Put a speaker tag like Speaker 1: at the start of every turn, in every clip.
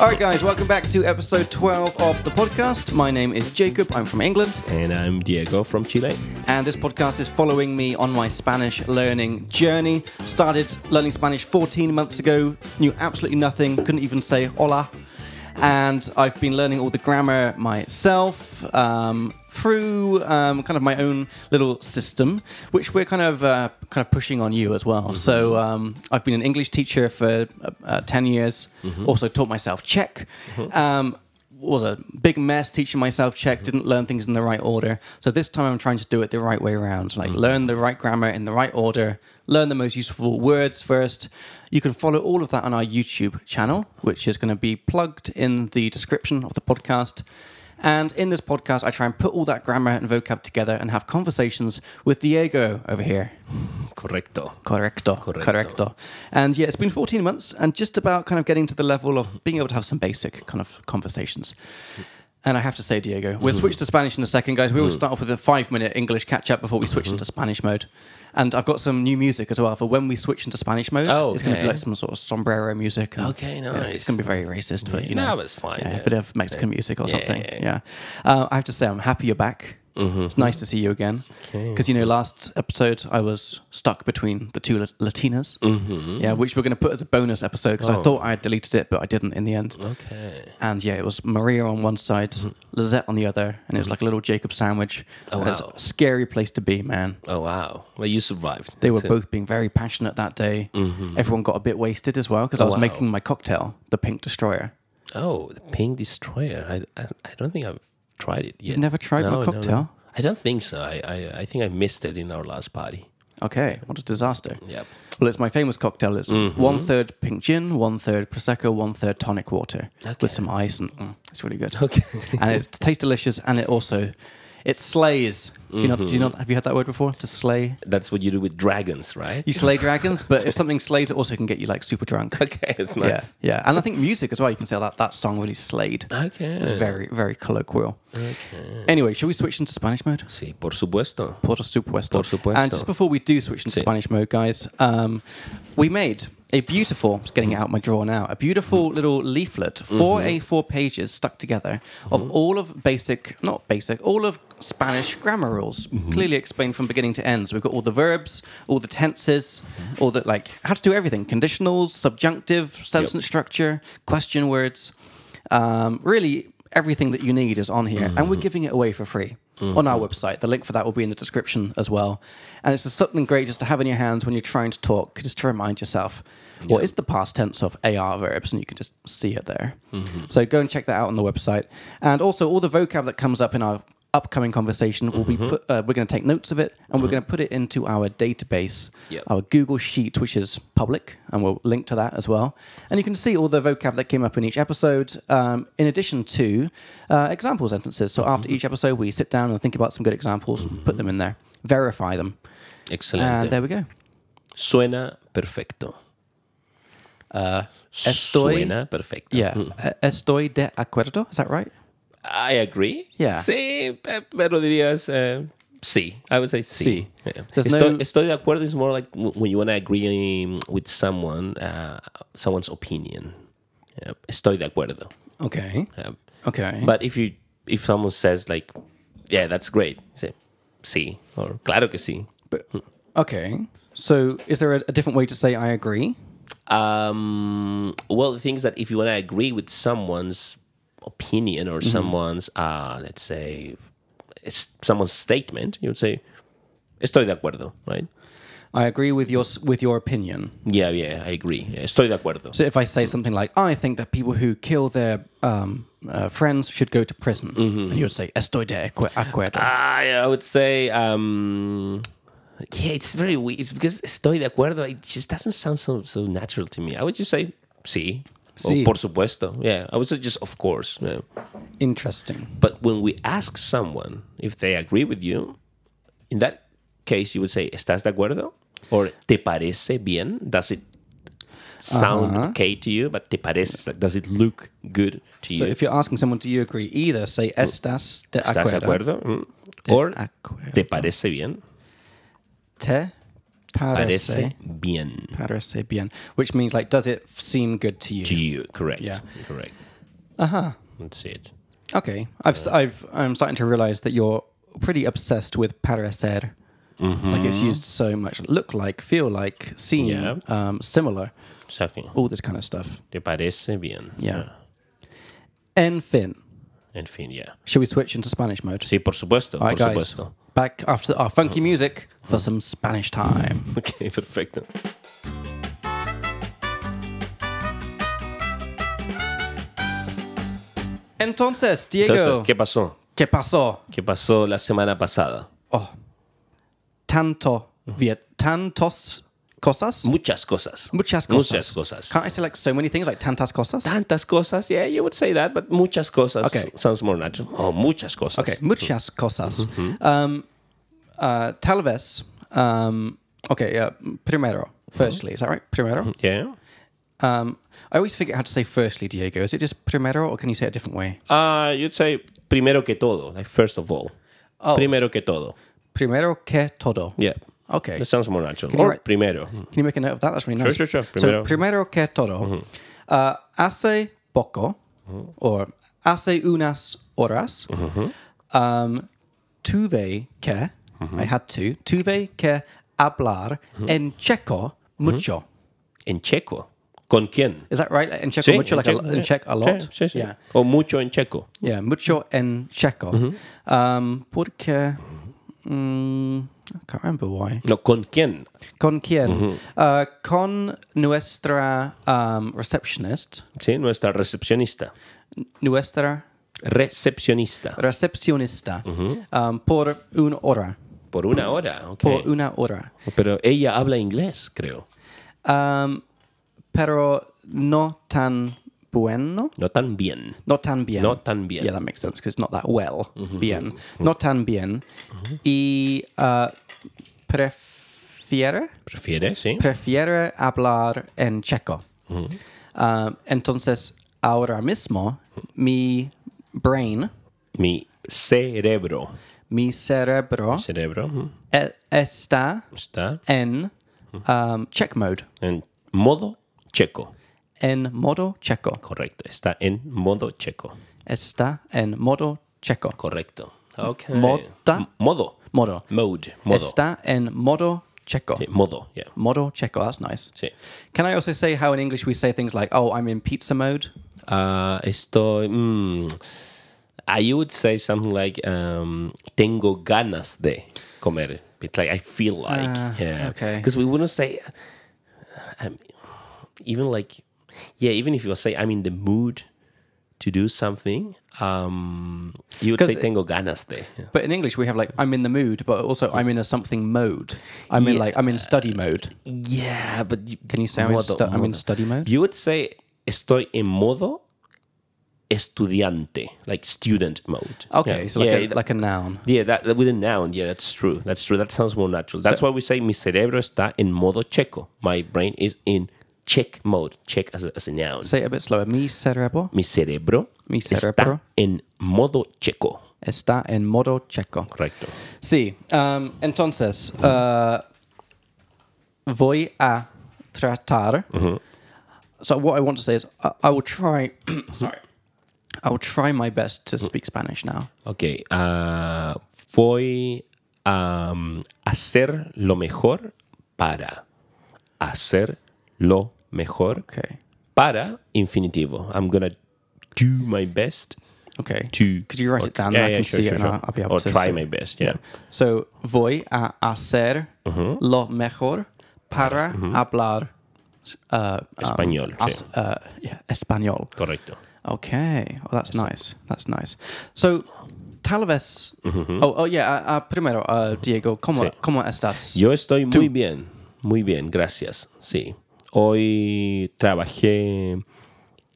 Speaker 1: All right, guys, welcome back to episode 12 of the podcast. My name is Jacob. I'm from England,
Speaker 2: And I'm Diego from Chile.
Speaker 1: and this podcast is following me on my Spanish learning journey. Started learning Spanish 14 months ago, knew absolutely nothing, couldn't even say hola. And I've been learning all the grammar myself um, through um, kind of my own little system, which we're kind of uh, kind of pushing on you as well. So um, I've been an English teacher for uh, uh, ten years. Also taught myself Czech. Um, was a big mess teaching myself Czech, didn't learn things in the right order. So this time I'm trying to do it the right way around. Like learn the right grammar in the right order, learn the most useful words first. You can follow all of that on our YouTube channel, which is going to be plugged in the description of the podcast. And in this podcast, I try and put all that grammar and vocab together and have conversations with Diego over here.
Speaker 2: Correcto.
Speaker 1: Correcto. Correcto.
Speaker 2: Correcto.
Speaker 1: And yeah, it's been 14 months and just about kind of getting to the level of being able to have some basic kind of conversations. And I have to say, Diego,
Speaker 2: Mm-hmm.
Speaker 1: we'll switch to Spanish in a second, guys. We
Speaker 2: Mm.
Speaker 1: will start off with a five minute English catch up before we
Speaker 2: Mm-hmm.
Speaker 1: switch into Spanish mode. And I've got some new music as well for when we switch into Spanish mode.
Speaker 2: Oh,
Speaker 1: It's going to be
Speaker 2: okay.
Speaker 1: like some sort of sombrero music. and-
Speaker 2: Okay,
Speaker 1: yeah, It's,
Speaker 2: nice.
Speaker 1: going to be very racist, but you know.
Speaker 2: No, it's fine,
Speaker 1: Yeah,
Speaker 2: yeah.
Speaker 1: A bit of Mexican music or
Speaker 2: Yeah,
Speaker 1: something.
Speaker 2: yeah,
Speaker 1: Yeah. Uh, I have to say, I'm happy you're back.
Speaker 2: Mm-hmm.
Speaker 1: It's nice to see you again. Because, you know, last episode I was stuck between the two La- Latinas. Mm-hmm. Yeah, which we're going to put as a bonus episode because
Speaker 2: Oh.
Speaker 1: I thought I had deleted it, but I didn't in the end.
Speaker 2: Okay.
Speaker 1: And yeah, it was Maria on one side, Lizette on the other, and it was like a little Jacob sandwich.
Speaker 2: Mm-hmm. Oh,
Speaker 1: And it's
Speaker 2: wow.
Speaker 1: a scary place to be, man.
Speaker 2: Oh, wow. Well, you survived.
Speaker 1: They were
Speaker 2: That's it. Mm-hmm.
Speaker 1: both being very passionate that day. Everyone got a bit wasted as well because I was
Speaker 2: Oh, wow.
Speaker 1: making my cocktail, the Pink Destroyer.
Speaker 2: Oh, the Pink Destroyer. I, I, I don't think I've tried it yet.
Speaker 1: never tried my cocktail?
Speaker 2: I don't think so. I, I, I think I missed it in our last party.
Speaker 1: Okay, what a disaster.
Speaker 2: Yep.
Speaker 1: Well, it's my famous cocktail. It's
Speaker 2: Mm-hmm.
Speaker 1: one third pink gin, one third prosecco, one third tonic water
Speaker 2: Okay.
Speaker 1: with some ice, and mm, it's really good.
Speaker 2: Okay.
Speaker 1: and it tastes delicious, and it also it slays. Do you not?
Speaker 2: Mm-hmm.
Speaker 1: Do you not? Have you heard that word before? To slay.
Speaker 2: That's what you do with dragons, right?
Speaker 1: You slay dragons, but if something slays, it also can get you like super drunk.
Speaker 2: okay, it's nice.
Speaker 1: Yeah, yeah. And I think music as well. You can say that that song really slayed.
Speaker 2: Okay.
Speaker 1: It's very, very colloquial. Okay. Anyway, shall we switch into Spanish mode?
Speaker 2: Sí, por supuesto.
Speaker 1: Por supuesto.
Speaker 2: Por supuesto.
Speaker 1: And just before we do switch into
Speaker 2: Sí.
Speaker 1: Spanish mode, guys, um, we made a beautiful, just getting it out my drawer now, a beautiful
Speaker 2: Mm.
Speaker 1: little leaflet, 4
Speaker 2: Mm-hmm.
Speaker 1: A4 pages stuck together of all of basic, not basic, all of Spanish grammar rules,
Speaker 2: Mm-hmm.
Speaker 1: clearly explained from beginning to end. So we've got all the verbs, all the tenses,
Speaker 2: Mm-hmm.
Speaker 1: all the, like, how to do everything conditionals, subjunctive, sentence structure, question words. Um, really, everything that you need is on here, and we're giving it away for free on our website. The link for that will be in the description as well. And it's just something great just to have in your hands when you're trying to talk, just to remind yourself what is the past tense of AR verbs, and you can just see it there. So go and check that out on the website, and also all the vocab that comes up in our upcoming conversation will be put, uh, we're going to take notes of it and we're going to put it into our database
Speaker 2: Yep.
Speaker 1: our google sheet which is public and we'll link to that as well and you can see all the vocab that came up in each episode um, in addition to uh, example sentences so after each episode we sit down and think about some good examples put them in there verify them and
Speaker 2: Excelente.
Speaker 1: there we go
Speaker 2: Suena perfecto. Uh,
Speaker 1: estoy-
Speaker 2: Suena perfecto.
Speaker 1: yeah Uh, estoy de acuerdo is that right
Speaker 2: I agree.
Speaker 1: Yeah.
Speaker 2: Sí, pe- pero dirías eh, sí. I would say sí.
Speaker 1: Sí.
Speaker 2: Yeah.
Speaker 1: There's
Speaker 2: Estoy,
Speaker 1: no-
Speaker 2: estoy de acuerdo is more like w- when you want to agree um, with someone, uh, someone's opinion. Yeah. Estoy de acuerdo.
Speaker 1: okay
Speaker 2: Yeah.
Speaker 1: okay
Speaker 2: But if you if someone says like, yeah, that's great, say sí or claro que sí.
Speaker 1: but okay so is there a, a different way to say i agree
Speaker 2: Um, well, the thing is that if you want to agree with someone's opinion
Speaker 1: Mm-hmm.
Speaker 2: or someone's, uh, let's say, s- someone's statement, you would say, estoy de acuerdo, right?
Speaker 1: i agree with your s- with your opinion
Speaker 2: Yeah, yeah, I agree. Estoy de acuerdo.
Speaker 1: So if I say something like, "I think that people who kill their um, uh, friends should go to prison," and you would say, "Estoy de acu- acuerdo."
Speaker 2: I, I would say, um, yeah, it's very weird. It's because estoy de acuerdo, it just doesn't sound so, so natural to me. I would just say, sí.
Speaker 1: Sí.
Speaker 2: Or por supuesto. Yeah, I would say just of course. yeah.
Speaker 1: Interesting.
Speaker 2: But when we ask someone if they agree with you, in that case, you would say, ¿estás de acuerdo? Or ¿te parece bien? Does it sound okay to you? But ¿te parece? Like, does it look good to
Speaker 1: So
Speaker 2: you?
Speaker 1: if you're asking someone, "Do you agree?" Either say, "Estás de
Speaker 2: ¿Estás de
Speaker 1: acuerdo."
Speaker 2: acuerdo? Mm. Or
Speaker 1: acuerdo.
Speaker 2: ¿te parece bien?
Speaker 1: Te parece
Speaker 2: Parece bien
Speaker 1: parece bien, which means like, does it seem good to you?
Speaker 2: to you. Correct.
Speaker 1: Yeah.
Speaker 2: Correct. Uh huh. That's it.
Speaker 1: Okay, I've, s have I'm starting to realize that you're pretty obsessed with parecer. Like it's used so much. Look like, feel like, seem
Speaker 2: Yeah.
Speaker 1: um, similar,
Speaker 2: Exactly.
Speaker 1: all this kind of stuff.
Speaker 2: Te parece bien.
Speaker 1: Oh.
Speaker 2: Ah,
Speaker 1: Yeah. En fin,
Speaker 2: En fin, ya.
Speaker 1: should we switch into Spanish mode?
Speaker 2: Sí, por supuesto.
Speaker 1: All
Speaker 2: por
Speaker 1: right, guys,
Speaker 2: supuesto. Mm.
Speaker 1: back after our funky music for some Spanish time.
Speaker 2: Ok, perfecto.
Speaker 1: Entonces, Diego,
Speaker 2: Entonces, ¿qué pasó?
Speaker 1: ¿qué pasó?
Speaker 2: ¿Qué pasó la semana pasada?
Speaker 1: Oh, tanto,
Speaker 2: Mm.
Speaker 1: vi- tantos cosas.
Speaker 2: Muchas cosas.
Speaker 1: Muchas cosas.
Speaker 2: Muchas cosas.
Speaker 1: Can't I say like so many things, like tantas cosas?
Speaker 2: Tantas cosas, yeah, you would say that, but muchas cosas
Speaker 1: Okay.
Speaker 2: sounds more natural. Oh, muchas cosas.
Speaker 1: Okay, muchas cosas.
Speaker 2: Mm-hmm.
Speaker 1: Um, uh, tal vez. Um, okay, uh, primero.
Speaker 2: Mm-hmm.
Speaker 1: Firstly, is that right? Primero.
Speaker 2: Yeah.
Speaker 1: Um, I always forget how to say firstly, Diego. Is it just primero, or can you say it a different way?
Speaker 2: Uh, you'd say primero que todo, like first of all.
Speaker 1: Oh.
Speaker 2: Primero que todo.
Speaker 1: Primero que todo.
Speaker 2: Yeah.
Speaker 1: Okay.
Speaker 2: That sounds more natural.
Speaker 1: you
Speaker 2: Or
Speaker 1: write-
Speaker 2: primero.
Speaker 1: Can you make a note of that? That's really nice.
Speaker 2: sure, sure.
Speaker 1: So,
Speaker 2: Primero. Mm-hmm.
Speaker 1: primero que todo. Uh, hace poco, or hace unas horas,
Speaker 2: Mm-hmm.
Speaker 1: um, tuve que, I had to, tuve que hablar
Speaker 2: Mm-hmm.
Speaker 1: en checo mucho.
Speaker 2: En checo. ¿Con quién?
Speaker 1: Is that right? Like, En checo
Speaker 2: Sí,
Speaker 1: mucho,
Speaker 2: en
Speaker 1: like a
Speaker 2: checo,
Speaker 1: lo- en
Speaker 2: yeah.
Speaker 1: checo a lot.
Speaker 2: Sí, sí, sí.
Speaker 1: Yeah.
Speaker 2: O mucho en checo.
Speaker 1: Yeah, mucho en checo.
Speaker 2: Mm-hmm.
Speaker 1: Um, porque, mm, I can't remember why.
Speaker 2: No, ¿con quién?
Speaker 1: ¿Con quién? Uh, con nuestra um, receptionist.
Speaker 2: Sí, nuestra recepcionista.
Speaker 1: nuestra
Speaker 2: Recepcionista.
Speaker 1: recepcionista um, por una hora.
Speaker 2: Por una hora. ok.
Speaker 1: Por una hora.
Speaker 2: Pero ella habla inglés, creo.
Speaker 1: Um, pero no tan bueno.
Speaker 2: No tan bien.
Speaker 1: No tan bien.
Speaker 2: No tan bien.
Speaker 1: Yeah, that makes sense because it's not that well. Bien. No tan bien. Y uh, prefiere,
Speaker 2: Prefiere, sí.
Speaker 1: prefiere hablar en checo. Um, entonces, ahora mismo, mi brain,
Speaker 2: Mi cerebro.
Speaker 1: mi cerebro,
Speaker 2: Cerebro ujú,
Speaker 1: e- está
Speaker 2: está
Speaker 1: en um, check mode,
Speaker 2: en modo checo.
Speaker 1: en modo checo.
Speaker 2: Correcto. Está en modo checo.
Speaker 1: Está en modo checo.
Speaker 2: Correcto. Ok.
Speaker 1: Moda.
Speaker 2: M- Modo.
Speaker 1: Modo.
Speaker 2: Mode. Modo.
Speaker 1: Está en modo checo.
Speaker 2: Sí, modo, yeah.
Speaker 1: Modo checo, that's nice.
Speaker 2: Sí.
Speaker 1: Can I also say how in English we say things like, oh, I'm in pizza mode?
Speaker 2: Ah, estoy. mm, I would say something like um, tengo ganas de comer. It's like I feel like. yeah.
Speaker 1: Ah, okay.
Speaker 2: Because we wouldn't say. um, even like, yeah, even if you say I'm in the mood to do something, um, you would say
Speaker 1: 'Cause-
Speaker 2: tengo ganas de. Yeah.
Speaker 1: But in English we have like, I'm in the mood, but also I'm in a something mode. I'm in
Speaker 2: Yeah.
Speaker 1: like, I'm in study mode.
Speaker 2: Yeah, but
Speaker 1: Can you say I'm, in, stu- I'm in study mode?
Speaker 2: You would say estoy en modo estudiante, like student mode.
Speaker 1: Okay,
Speaker 2: Yeah.
Speaker 1: so like,
Speaker 2: Yeah,
Speaker 1: a,
Speaker 2: it-
Speaker 1: like a noun.
Speaker 2: Yeah, that, that with a noun. Yeah, that's true. That's true. That sounds more natural. That's why we say mi cerebro está en modo checo. My brain is in check mode. Check as a, as a noun.
Speaker 1: Say it a bit slower. Mi cerebro
Speaker 2: Mi cerebro,
Speaker 1: Mi cerebro.
Speaker 2: está en modo checo.
Speaker 1: está en modo checo.
Speaker 2: Correcto.
Speaker 1: Sí, um, entonces uh, voy a tratar.
Speaker 2: Mm-hmm.
Speaker 1: So what I want to say is I, I will try. sorry, I will try my best
Speaker 2: Mm.
Speaker 1: to speak Spanish now.
Speaker 2: Ok. ah, voy a um, hacer lo mejor para. Hacer lo mejor
Speaker 1: Okay,
Speaker 2: para infinitivo. I'm gonna do my best
Speaker 1: okay.
Speaker 2: to.
Speaker 1: Could you write
Speaker 2: or-
Speaker 1: it down?
Speaker 2: Yeah,
Speaker 1: I
Speaker 2: yeah,
Speaker 1: can
Speaker 2: sure,
Speaker 1: see
Speaker 2: sure,
Speaker 1: it,
Speaker 2: sure.
Speaker 1: and I'll, I'll be able
Speaker 2: or
Speaker 1: to.
Speaker 2: try
Speaker 1: see
Speaker 2: my
Speaker 1: it.
Speaker 2: best. Yeah.
Speaker 1: So voy a hacer lo mejor para hablar uh, um,
Speaker 2: Español,
Speaker 1: as-
Speaker 2: sí.
Speaker 1: uh, yeah, español.
Speaker 2: Correcto.
Speaker 1: Okay. Oh, that's nice. That's nice. So, tal vez. Oh, oh, yeah. Uh, uh, primero, uh, Diego, ¿cómo,
Speaker 2: Sí.
Speaker 1: ¿cómo estás?
Speaker 2: Yo estoy muy bien, muy bien, gracias. Sí. Hoy trabajé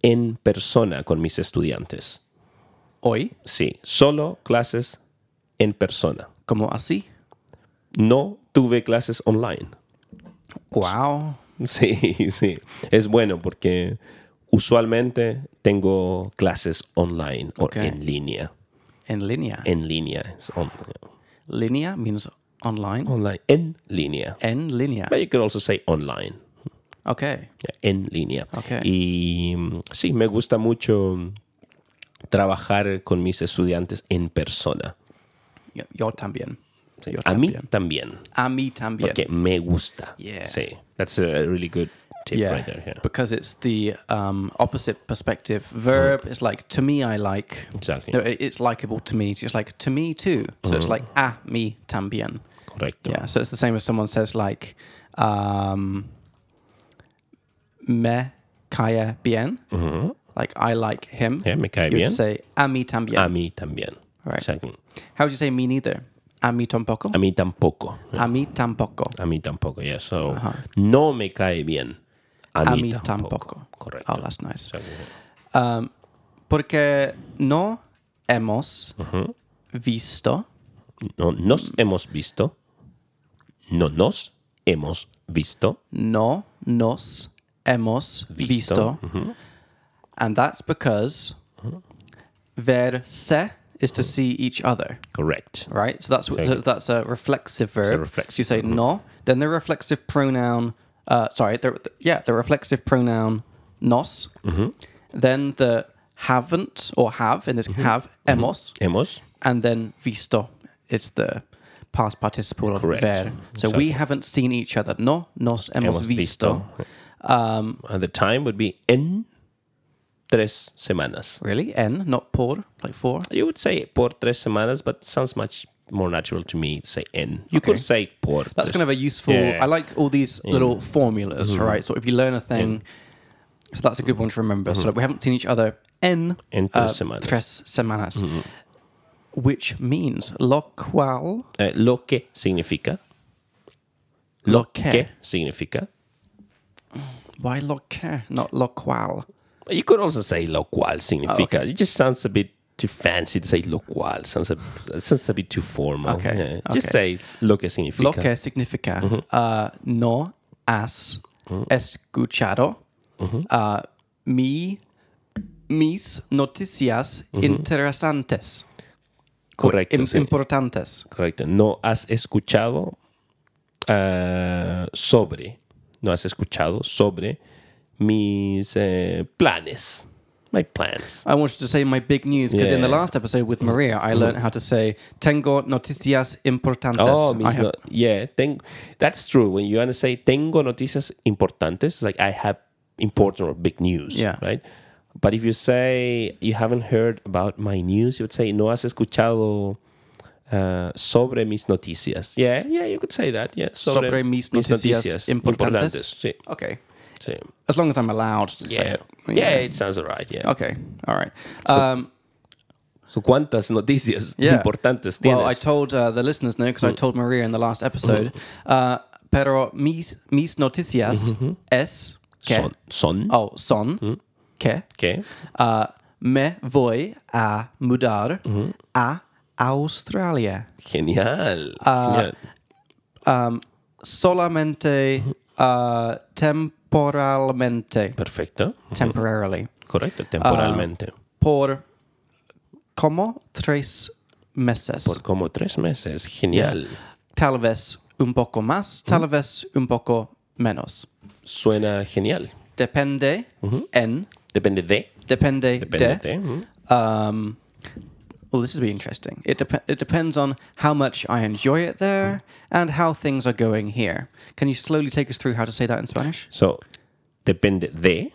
Speaker 2: en persona con mis estudiantes.
Speaker 1: Hoy,
Speaker 2: Sí, solo clases en persona.
Speaker 1: ¿cómo así?
Speaker 2: No tuve clases online.
Speaker 1: Wow.
Speaker 2: Sí, sí. Es bueno porque usualmente tengo clases online
Speaker 1: Ok.
Speaker 2: o en línea.
Speaker 1: En línea.
Speaker 2: En línea. es on-
Speaker 1: Línea means online.
Speaker 2: online. En línea.
Speaker 1: En línea.
Speaker 2: But you could also say online.
Speaker 1: Okay.
Speaker 2: en línea.
Speaker 1: Ok.
Speaker 2: Y mm, sí, me gusta mucho mm, trabajar con mis estudiantes en persona.
Speaker 1: Yo, yo también.
Speaker 2: Sí.
Speaker 1: Yo
Speaker 2: A mí
Speaker 1: también.
Speaker 2: también,
Speaker 1: A mí también.
Speaker 2: porque me gusta.
Speaker 1: Yeah.
Speaker 2: Sí, that's a really good tip
Speaker 1: Yeah,
Speaker 2: right there. yeah.
Speaker 1: because it's the um, opposite perspective verb.
Speaker 2: Mm.
Speaker 1: It's like to me, I like.
Speaker 2: Exactly.
Speaker 1: No, it- it's likable to me. It's just like to me too. So
Speaker 2: Mm.
Speaker 1: it's like a me también.
Speaker 2: Correcto.
Speaker 1: Yeah. So it's the same as someone says like um, me cae bien. Like I like him.
Speaker 2: Mm-hmm. Yeah, me cae
Speaker 1: you would
Speaker 2: bien. Ah,
Speaker 1: say a mí también.
Speaker 2: A mí también.
Speaker 1: Right.
Speaker 2: Exactly.
Speaker 1: How would you say me neither? A mí tampoco.
Speaker 2: A mí tampoco.
Speaker 1: A mí tampoco.
Speaker 2: A mí tampoco, yeah. So, no me cae bien. A,
Speaker 1: Uh-huh. A
Speaker 2: mí,
Speaker 1: mí
Speaker 2: tampoco.
Speaker 1: tampoco.
Speaker 2: Correcto.
Speaker 1: Oh, that's nice.
Speaker 2: Exactly.
Speaker 1: Porque no hemos visto.
Speaker 2: No nos hemos visto. No nos hemos visto.
Speaker 1: no nos hemos
Speaker 2: Visto.
Speaker 1: visto. And that's because ver se is to see each other,
Speaker 2: Correct.
Speaker 1: right? So that's what,
Speaker 2: Okay.
Speaker 1: so that's a reflexive verb.
Speaker 2: reflexive,
Speaker 1: so you say no, then the reflexive pronoun, uh, sorry, the, yeah, the reflexive pronoun nos, then the haven't or have, in this have, hemos,
Speaker 2: Hemos.
Speaker 1: and then visto. It's the past participle of
Speaker 2: Correct.
Speaker 1: ver. So we haven't seen each other. No nos hemos,
Speaker 2: Hemos
Speaker 1: visto. Um,
Speaker 2: visto. And the time would be en tres semanas.
Speaker 1: Really? N, not por, like four?
Speaker 2: You would say por tres semanas, but sounds much more natural to me to say en. You
Speaker 1: Okay.
Speaker 2: could say por.
Speaker 1: That's
Speaker 2: tres-
Speaker 1: kind of a useful.
Speaker 2: Yeah. Mm-hmm.
Speaker 1: I like all these little formulas, right? So if you learn a thing, so that's a good one to remember. So like we haven't seen each other en,
Speaker 2: En Mm-hmm. tres semanas. Mm-hmm.
Speaker 1: tres semanas, which means lo cual,
Speaker 2: Eh, lo que significa.
Speaker 1: lo que.
Speaker 2: ¿Qué significa?
Speaker 1: Why lo que, not lo cual?
Speaker 2: You could also say lo cual significa.
Speaker 1: Oh,
Speaker 2: It just sounds a bit too fancy to say lo cual. Sounds a, sounds a bit too formal.
Speaker 1: Okay,
Speaker 2: Yeah. Just
Speaker 1: okay.
Speaker 2: say lo que significa.
Speaker 1: Lo que significa uh, no has escuchado uh, mi, mis noticias interesantes. o
Speaker 2: Correcto,
Speaker 1: im-
Speaker 2: sí.
Speaker 1: Importantes.
Speaker 2: Correcto. No has escuchado ah, sobre. No has escuchado sobre mis eh, planes. My plans.
Speaker 1: I wanted to say my big news because in the
Speaker 2: Yeah.
Speaker 1: last episode with Maria, I learned how to say "tengo noticias Ah, importantes."
Speaker 2: Oh,
Speaker 1: I
Speaker 2: means
Speaker 1: have-
Speaker 2: no, yeah. Ten, that's true. When you want to say tengo noticias importantes, like I have important or big news,
Speaker 1: Yeah.
Speaker 2: right? But if you say you haven't heard about my news, you would say no has escuchado uh, sobre mis noticias. Yeah, yeah, you could say that. Yeah,
Speaker 1: Sobre mis noticias importantes.
Speaker 2: Sí,
Speaker 1: Okay,
Speaker 2: sí.
Speaker 1: as long as I'm allowed to say
Speaker 2: Yeah.
Speaker 1: it.
Speaker 2: yeah, it sounds alright. Yeah.
Speaker 1: Okay. All right. Um,
Speaker 2: So, ¿cuántas noticias
Speaker 1: yeah.
Speaker 2: importantes tienes?
Speaker 1: well, I told uh, the listeners no
Speaker 2: Mm.
Speaker 1: because I told Maria in the last episode.
Speaker 2: Mm-hmm.
Speaker 1: Uh, pero mis mis noticias es que
Speaker 2: son, Mm-hmm. son
Speaker 1: oh son que
Speaker 2: ¿qué?
Speaker 1: uh, me voy a mudar
Speaker 2: Mm-hmm.
Speaker 1: a Australia. Um,
Speaker 2: Genial.
Speaker 1: Ah.
Speaker 2: genial.
Speaker 1: solamente
Speaker 2: Mm-hmm.
Speaker 1: uh, temporalmente,
Speaker 2: Perfecto.
Speaker 1: temporarily,
Speaker 2: Correcto, temporalmente.
Speaker 1: Ah. por como tres meses.
Speaker 2: Por como tres meses. Genial.
Speaker 1: Tal vez un poco más, tal
Speaker 2: Mm-hmm.
Speaker 1: vez un poco menos.
Speaker 2: Suena genial.
Speaker 1: Depende en,
Speaker 2: Depende de.
Speaker 1: depende,
Speaker 2: Depende
Speaker 1: de.
Speaker 2: de. mm. ujú.
Speaker 1: Um, well, this is be interesting. It, dep- it depends on how much I enjoy it there and how things are going here. Can you slowly take us through how to say that in Spanish?
Speaker 2: So, depende de.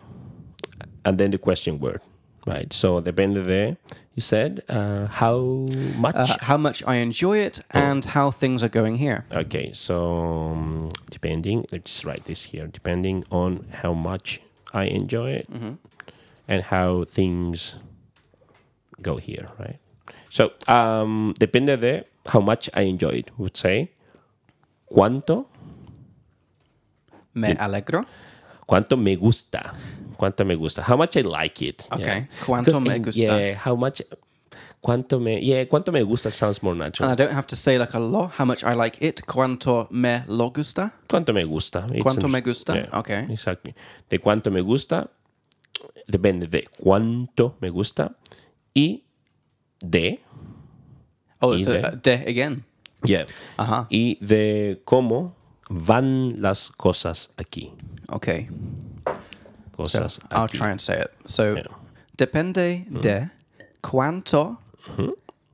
Speaker 2: And then the question word. Right. So, depende de. You said uh, how much?
Speaker 1: Uh, how much I enjoy it
Speaker 2: Oh.
Speaker 1: and how things are going here.
Speaker 2: Okay, so um, depending, let's just write this here. Depending on how much I enjoy it
Speaker 1: Mm-hmm.
Speaker 2: and how things go here, right? So, um, depende de how much I enjoy it, would say. ¿Cuánto?
Speaker 1: Me alegro.
Speaker 2: ¿Cuánto me gusta? ¿Cuánto me gusta? How much I like it.
Speaker 1: Okay.
Speaker 2: yeah.
Speaker 1: ¿Cuánto
Speaker 2: Because
Speaker 1: me
Speaker 2: in-
Speaker 1: gusta?
Speaker 2: Yeah, how much. ¿Cuánto me. Yeah, ¿cuánto me gusta sounds more natural.
Speaker 1: And I don't have to say like a lot how much I like it. Cuanto me lo gusta.
Speaker 2: ¿Cuánto me gusta? It's
Speaker 1: ¿Cuánto
Speaker 2: underst-
Speaker 1: me gusta? Okay.
Speaker 2: Exactly. De cuánto me gusta, depende de cuánto me gusta y de.
Speaker 1: Oh, it's
Speaker 2: Either.
Speaker 1: a, a de again.
Speaker 2: Yeah.
Speaker 1: Ajá.
Speaker 2: Y de cómo van las cosas aquí.
Speaker 1: Okay.
Speaker 2: Cosas
Speaker 1: I'll
Speaker 2: aquí.
Speaker 1: try and say it. So,
Speaker 2: Yeah.
Speaker 1: depende de cuanto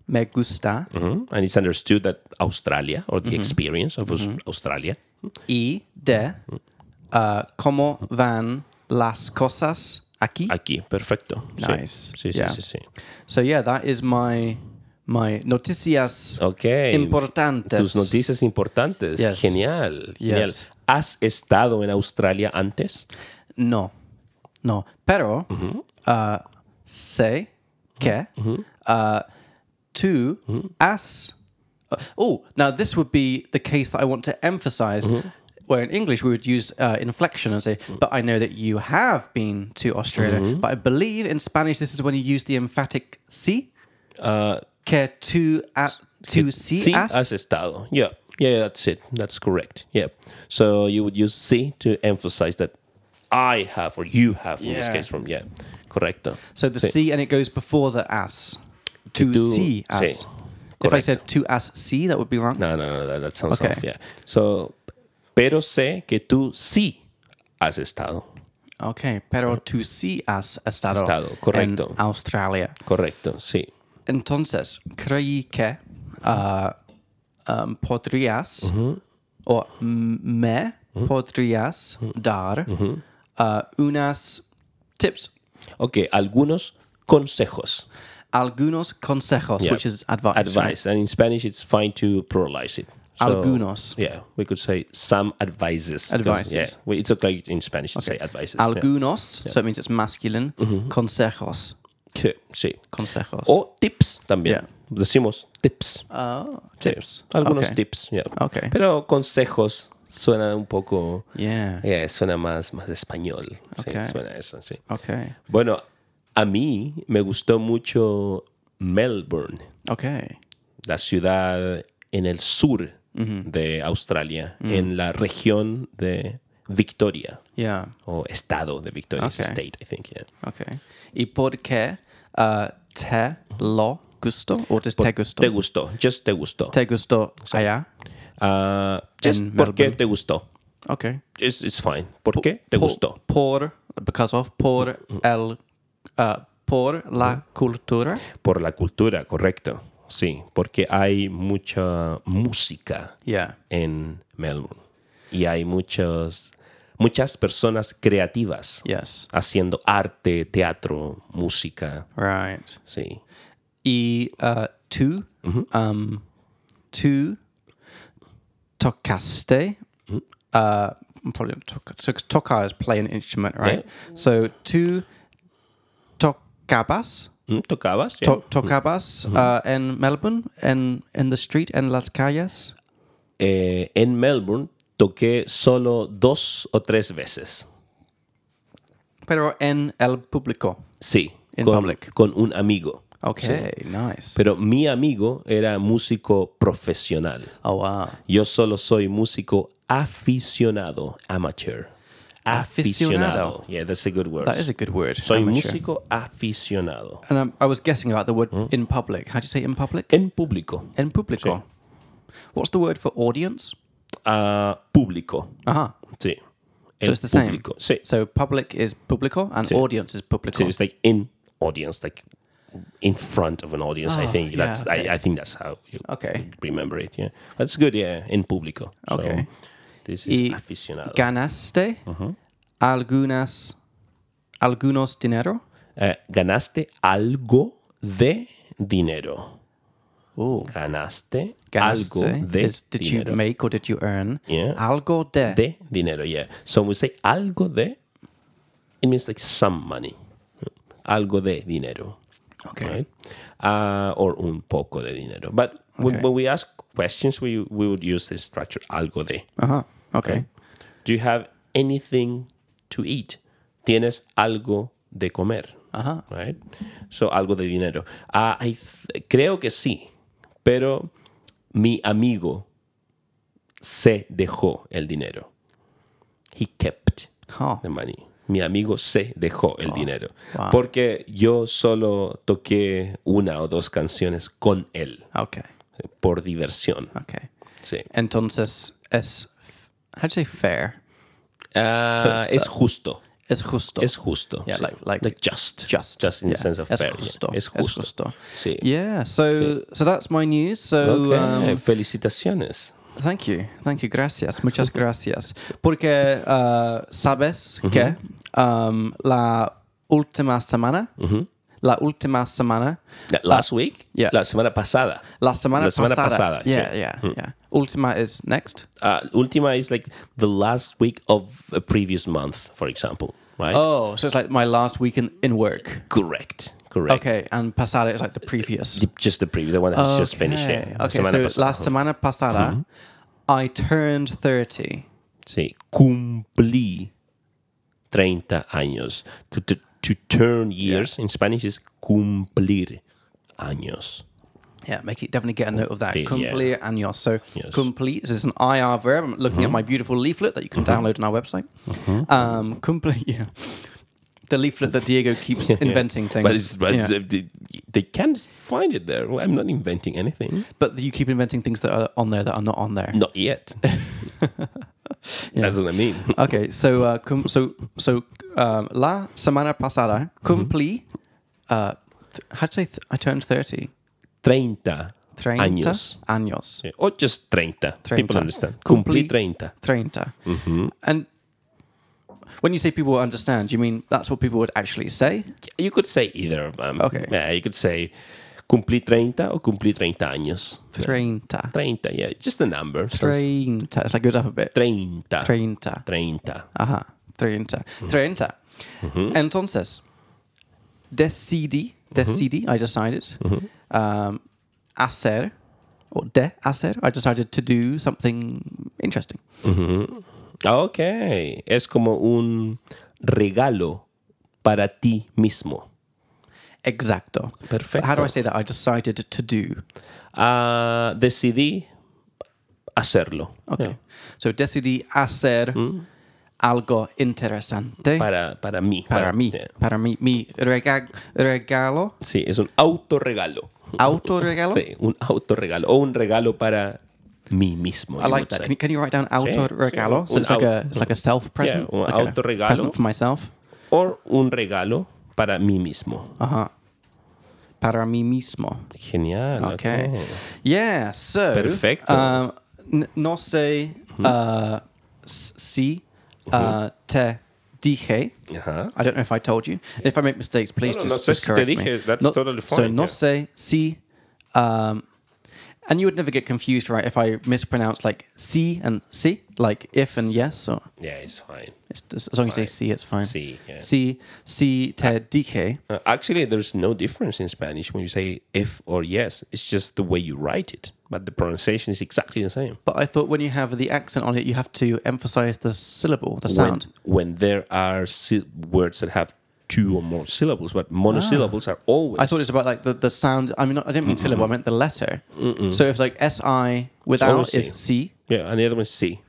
Speaker 1: me gusta
Speaker 2: Mhm. And it's understood that Australia or the experience of Aus- Australia
Speaker 1: y de uh, cómo van las cosas aquí.
Speaker 2: aquí. Perfecto. Sí.
Speaker 1: Nice.
Speaker 2: Sí, sí,
Speaker 1: Yeah.
Speaker 2: sí, sí.
Speaker 1: So yeah, that is my my noticias
Speaker 2: Ok.
Speaker 1: importantes.
Speaker 2: Tus noticias importantes.
Speaker 1: Yes.
Speaker 2: Genial. Genial.
Speaker 1: Yes.
Speaker 2: ¿Has estado en Australia antes?
Speaker 1: No, no. Pero uh, sé que uh, tú has. uh, oh, now this would be the case that I want to emphasize. Where in English we would use uh, inflection and say, "But I know that you have been to Australia." But I believe in Spanish this is when you use the emphatic "si."
Speaker 2: Uh,
Speaker 1: Que tú a, tú sí,
Speaker 2: sí,
Speaker 1: has.
Speaker 2: has estado. Yeah. Yeah, that's it. That's correct. Yeah. So you would use sí to emphasize that I have or you have in this
Speaker 1: Yeah.
Speaker 2: case from yeah. Correcto.
Speaker 1: So the
Speaker 2: Sí.
Speaker 1: "si" and it goes before the "as." To
Speaker 2: tú-
Speaker 1: see
Speaker 2: sí.
Speaker 1: as. If I
Speaker 2: Correcto.
Speaker 1: said to as see, that would be wrong.
Speaker 2: No, no, no, that, that sounds
Speaker 1: Okay.
Speaker 2: off. Yeah. So, pero sé que tú sí has estado.
Speaker 1: Okay, pero tú sí has estado,
Speaker 2: Estado, correcto.
Speaker 1: en Australia.
Speaker 2: Correcto, sí.
Speaker 1: Entonces, creí que ah, um, podrías
Speaker 2: Mm-hmm.
Speaker 1: o m- me podrías
Speaker 2: Mm-hmm.
Speaker 1: dar ah, unas tips,
Speaker 2: Ok, algunos consejos.
Speaker 1: algunos consejos,
Speaker 2: Yeah.
Speaker 1: which is advice. right?
Speaker 2: Advice. And in Spanish, it's fine to pluralize it.
Speaker 1: Algunos.
Speaker 2: Yeah, we could say some advices. 'cause,
Speaker 1: Advices.
Speaker 2: Yeah, we- it's okay in Spanish to say advices. yeah. Mm-hmm.
Speaker 1: Algunos, so it means it's masculine. Consejos,
Speaker 2: Sí, sí.
Speaker 1: consejos.
Speaker 2: O tips también.
Speaker 1: Yeah.
Speaker 2: Decimos tips.
Speaker 1: Oh, tips.
Speaker 2: Algunos
Speaker 1: Okay.
Speaker 2: tips. yeah.
Speaker 1: Okay.
Speaker 2: Pero consejos suena un poco.
Speaker 1: Yeah.
Speaker 2: yeah, suena más, más español. Sí,
Speaker 1: Okay.
Speaker 2: suena eso, sí.
Speaker 1: Okay.
Speaker 2: Bueno, a mí me gustó mucho Melbourne,
Speaker 1: Okay.
Speaker 2: la ciudad en el sur de Australia,
Speaker 1: Mm.
Speaker 2: en la región de Victoria
Speaker 1: Yeah.
Speaker 2: o estado de Victoria, it's a
Speaker 1: Ok.
Speaker 2: state, I think. yeah.
Speaker 1: Okay. ¿Y por qué ah, te lo gustó? ¿O te, te gustó?
Speaker 2: Te gustó, just te gustó.
Speaker 1: ¿Te gustó allá?
Speaker 2: Ah, just
Speaker 1: En
Speaker 2: por qué
Speaker 1: Melbourne.
Speaker 2: te gustó.
Speaker 1: Okay.
Speaker 2: Just, it's fine. ¿Por qué te
Speaker 1: Por-
Speaker 2: gustó? Mm,
Speaker 1: Por, because of, por el, ah, por la cultura.
Speaker 2: Por la cultura, correcto. Sí, porque hay mucha música
Speaker 1: Yeah.
Speaker 2: en Melbourne. Y hay muchos, muchas personas creativas
Speaker 1: Yes.
Speaker 2: haciendo arte, teatro, música.
Speaker 1: Right.
Speaker 2: Sí.
Speaker 1: ¿Y ah, tú, um, tú tocaste? ah, probably not toca, so tocar is play an instrument, right? So tú tocabas?
Speaker 2: Mm, ¿Tocabas? ya?
Speaker 1: to- tocabas uh, en Melbourne, en, en the street, en las calles.
Speaker 2: Eh, en Melbourne toqué solo dos o tres veces.
Speaker 1: Pero en el público.
Speaker 2: Sí.
Speaker 1: In
Speaker 2: con,
Speaker 1: public.
Speaker 2: con un amigo.
Speaker 1: Okay, nice.
Speaker 2: Pero mi amigo era músico profesional.
Speaker 1: Oh, wow.
Speaker 2: Yo solo soy músico aficionado, amateur.
Speaker 1: Aficionado.
Speaker 2: Aficionado. Yeah, that's a good word.
Speaker 1: That is a good word.
Speaker 2: Soy
Speaker 1: amateur.
Speaker 2: músico aficionado.
Speaker 1: And um, I was guessing about the word in public. How do you say in public?
Speaker 2: En público.
Speaker 1: En público. What's the word for audience?
Speaker 2: Ah, público.
Speaker 1: Aha.
Speaker 2: Sí.
Speaker 1: So
Speaker 2: En
Speaker 1: it's the same.
Speaker 2: público. Sí.
Speaker 1: So public is público and audience is
Speaker 2: So
Speaker 1: público.
Speaker 2: it's like in audience, like in front of an audience. I
Speaker 1: Oh,
Speaker 2: think
Speaker 1: yeah,
Speaker 2: that's
Speaker 1: okay.
Speaker 2: I, I think that's how you
Speaker 1: Okay.
Speaker 2: remember it. Yeah. That's good, yeah. En público. So
Speaker 1: Okay.
Speaker 2: this is
Speaker 1: Y
Speaker 2: aficionado.
Speaker 1: ganaste algunas, algunos dinero.
Speaker 2: Eh, ganaste algo de dinero.
Speaker 1: Oh.
Speaker 2: Ganaste,
Speaker 1: Ganaste
Speaker 2: algo de
Speaker 1: is did
Speaker 2: dinero.
Speaker 1: you make or did you earn?
Speaker 2: Yeah.
Speaker 1: Algo de.
Speaker 2: de dinero, yeah. So we say algo de, it means like some money. Algo de dinero.
Speaker 1: Okay.
Speaker 2: Right? Uh, or un poco de dinero. But when,
Speaker 1: Okay.
Speaker 2: when we ask questions, we, we would use this structure, algo de.
Speaker 1: Ajá. Okay.
Speaker 2: Do you have anything to eat? Tienes algo de comer.
Speaker 1: Ajá.
Speaker 2: Right? So, algo de dinero. Ah, I th- creo que sí, pero mi amigo se dejó el dinero. He kept
Speaker 1: Oh.
Speaker 2: the money. Mi amigo se dejó el dinero.
Speaker 1: wow.
Speaker 2: Porque yo solo toqué una o dos canciones con él
Speaker 1: Okay.
Speaker 2: eh, por diversión.
Speaker 1: Okay.
Speaker 2: Sí.
Speaker 1: Entonces es how'd you say fair?
Speaker 2: Ah, es justo.
Speaker 1: Es justo.
Speaker 2: Es justo.
Speaker 1: Yeah,
Speaker 2: sí.
Speaker 1: like- like-
Speaker 2: just.
Speaker 1: just.
Speaker 2: Just in
Speaker 1: yeah.
Speaker 2: the sense of
Speaker 1: es
Speaker 2: fair, yeah.
Speaker 1: justo. Es
Speaker 2: Es justo.
Speaker 1: justo.
Speaker 2: Sí.
Speaker 1: Yeah, so
Speaker 2: Sí.
Speaker 1: so that's my news. So
Speaker 2: Okay,
Speaker 1: um,
Speaker 2: felicitaciones.
Speaker 1: Thank you, thank you, gracias, muchas gracias. Porque uh, sabes que um, la última semana, la última semana,
Speaker 2: Yeah, Last week,
Speaker 1: yeah.
Speaker 2: la semana pasada.
Speaker 1: la semana, Mm.
Speaker 2: La semana pasada,
Speaker 1: yeah,
Speaker 2: sí.
Speaker 1: yeah, yeah. Última is next.
Speaker 2: Uh, Ultima is like the last week of a previous month, for example, right?
Speaker 1: Oh, so it's like my last week in, in work.
Speaker 2: Correct. Correct.
Speaker 1: Okay, and pasada is like the previous.
Speaker 2: The- just the previous, the one that has just finished.
Speaker 1: Okay,
Speaker 2: Yeah.
Speaker 1: okay,
Speaker 2: Semana
Speaker 1: so
Speaker 2: pasada.
Speaker 1: last semana pasada, I turned 30.
Speaker 2: Sí. Cumplí 30 años. To, to, to turn years in Spanish is cumplir años.
Speaker 1: Yeah, make it definitely get a note of that.
Speaker 2: Yeah.
Speaker 1: Cumplir años. So
Speaker 2: Yes. Mm-hmm.
Speaker 1: complete is an IR verb. I'm looking at my beautiful leaflet that you can download on our website. Um, cumplir, yeah. The leaflet that Diego keeps inventing things.
Speaker 2: But, it's, but
Speaker 1: yeah.
Speaker 2: it's- uh, they, they can find it there. I'm not inventing anything.
Speaker 1: But you keep inventing things that are on there that are not on there.
Speaker 2: Not yet. That's what I mean.
Speaker 1: Okay, so uh, cum- so so um, la semana pasada
Speaker 2: Mm-hmm.
Speaker 1: cumplí. Uh, th- how do you say th- I turned thirty?
Speaker 2: 30
Speaker 1: Treinta
Speaker 2: años.
Speaker 1: Años.
Speaker 2: Sí. Or just 30.
Speaker 1: 30.
Speaker 2: People understand. Mm-hmm. Cumplí
Speaker 1: Cumplí-
Speaker 2: 30.
Speaker 1: Treinta. And when you say people understand, you mean that's what people would actually say?
Speaker 2: You could say either of them.
Speaker 1: Okay.
Speaker 2: Yeah, you could say cumplí 30 or cumplí 30 años.
Speaker 1: Treinta.
Speaker 2: 30, yeah. Just the number. Sounds-
Speaker 1: Treinta. It's like goes up a bit.
Speaker 2: 30. 30.
Speaker 1: Treinta. Ajá. Treinta.
Speaker 2: Mm-hmm.
Speaker 1: Treinta. Entonces, decidí,
Speaker 2: Mm-hmm.
Speaker 1: decidí, I decided, um, hacer, or de hacer, I decided to do something interesting.
Speaker 2: Ok. Es como un regalo para ti mismo.
Speaker 1: Exacto.
Speaker 2: Perfecto.
Speaker 1: How do I say that? I decided to do.
Speaker 2: Ah, decidí hacerlo.
Speaker 1: Okay.
Speaker 2: Yeah. Mm.
Speaker 1: So decidí hacer algo interesante
Speaker 2: Para, para mí.
Speaker 1: para, mí.
Speaker 2: yeah.
Speaker 1: Para mí. Mi rega- regalo,
Speaker 2: Sí, es un autorregalo.
Speaker 1: autorregalo.
Speaker 2: Sí, un autorregalo. O un regalo para mí mismo.
Speaker 1: I
Speaker 2: you
Speaker 1: like
Speaker 2: would
Speaker 1: that.
Speaker 2: say.
Speaker 1: Can you, can you write down auto
Speaker 2: sí.
Speaker 1: regalo? So
Speaker 2: Un
Speaker 1: it's like
Speaker 2: au-
Speaker 1: a it's like a self present.
Speaker 2: Yeah, un
Speaker 1: like a
Speaker 2: autorregalo.
Speaker 1: Present for myself.
Speaker 2: O un regalo para mí mismo.
Speaker 1: Ajá. Uh-huh. Para mí mismo.
Speaker 2: Genial. ok.
Speaker 1: Okay. Yeah. So.
Speaker 2: Perfecto.
Speaker 1: Um, n- no sé uh, s- si uh, te dije.
Speaker 2: Ajá.
Speaker 1: I don't know if I told you. And if I make mistakes, please
Speaker 2: No, no,
Speaker 1: just,
Speaker 2: no sé
Speaker 1: just
Speaker 2: si te
Speaker 1: correct me.
Speaker 2: dije. That's
Speaker 1: No-
Speaker 2: totally
Speaker 1: So
Speaker 2: fine,
Speaker 1: no
Speaker 2: yeah.
Speaker 1: sé si. Um, and you would never get confused, right? If I mispronounce like si and si, like if and yes, or
Speaker 2: Yeah, it's fine.
Speaker 1: It's, as long as you say C, it's fine.
Speaker 2: Sí, yeah.
Speaker 1: C, C, te dije.
Speaker 2: Uh, actually, there's no difference in Spanish when you say if or yes. It's just the way you write it, but the pronunciation is exactly the same.
Speaker 1: But I thought when you have the accent on it, you have to emphasize the syllable, the
Speaker 2: When,
Speaker 1: sound.
Speaker 2: when there are si- words that have two or more syllables, but monosyllables are always.
Speaker 1: Ah. I thought it was about like the, the sound. I mean, not, I didn't mean syllable. I meant the letter. So if like S I
Speaker 2: always
Speaker 1: without
Speaker 2: C.
Speaker 1: is C.
Speaker 2: yeah, and the other one is C.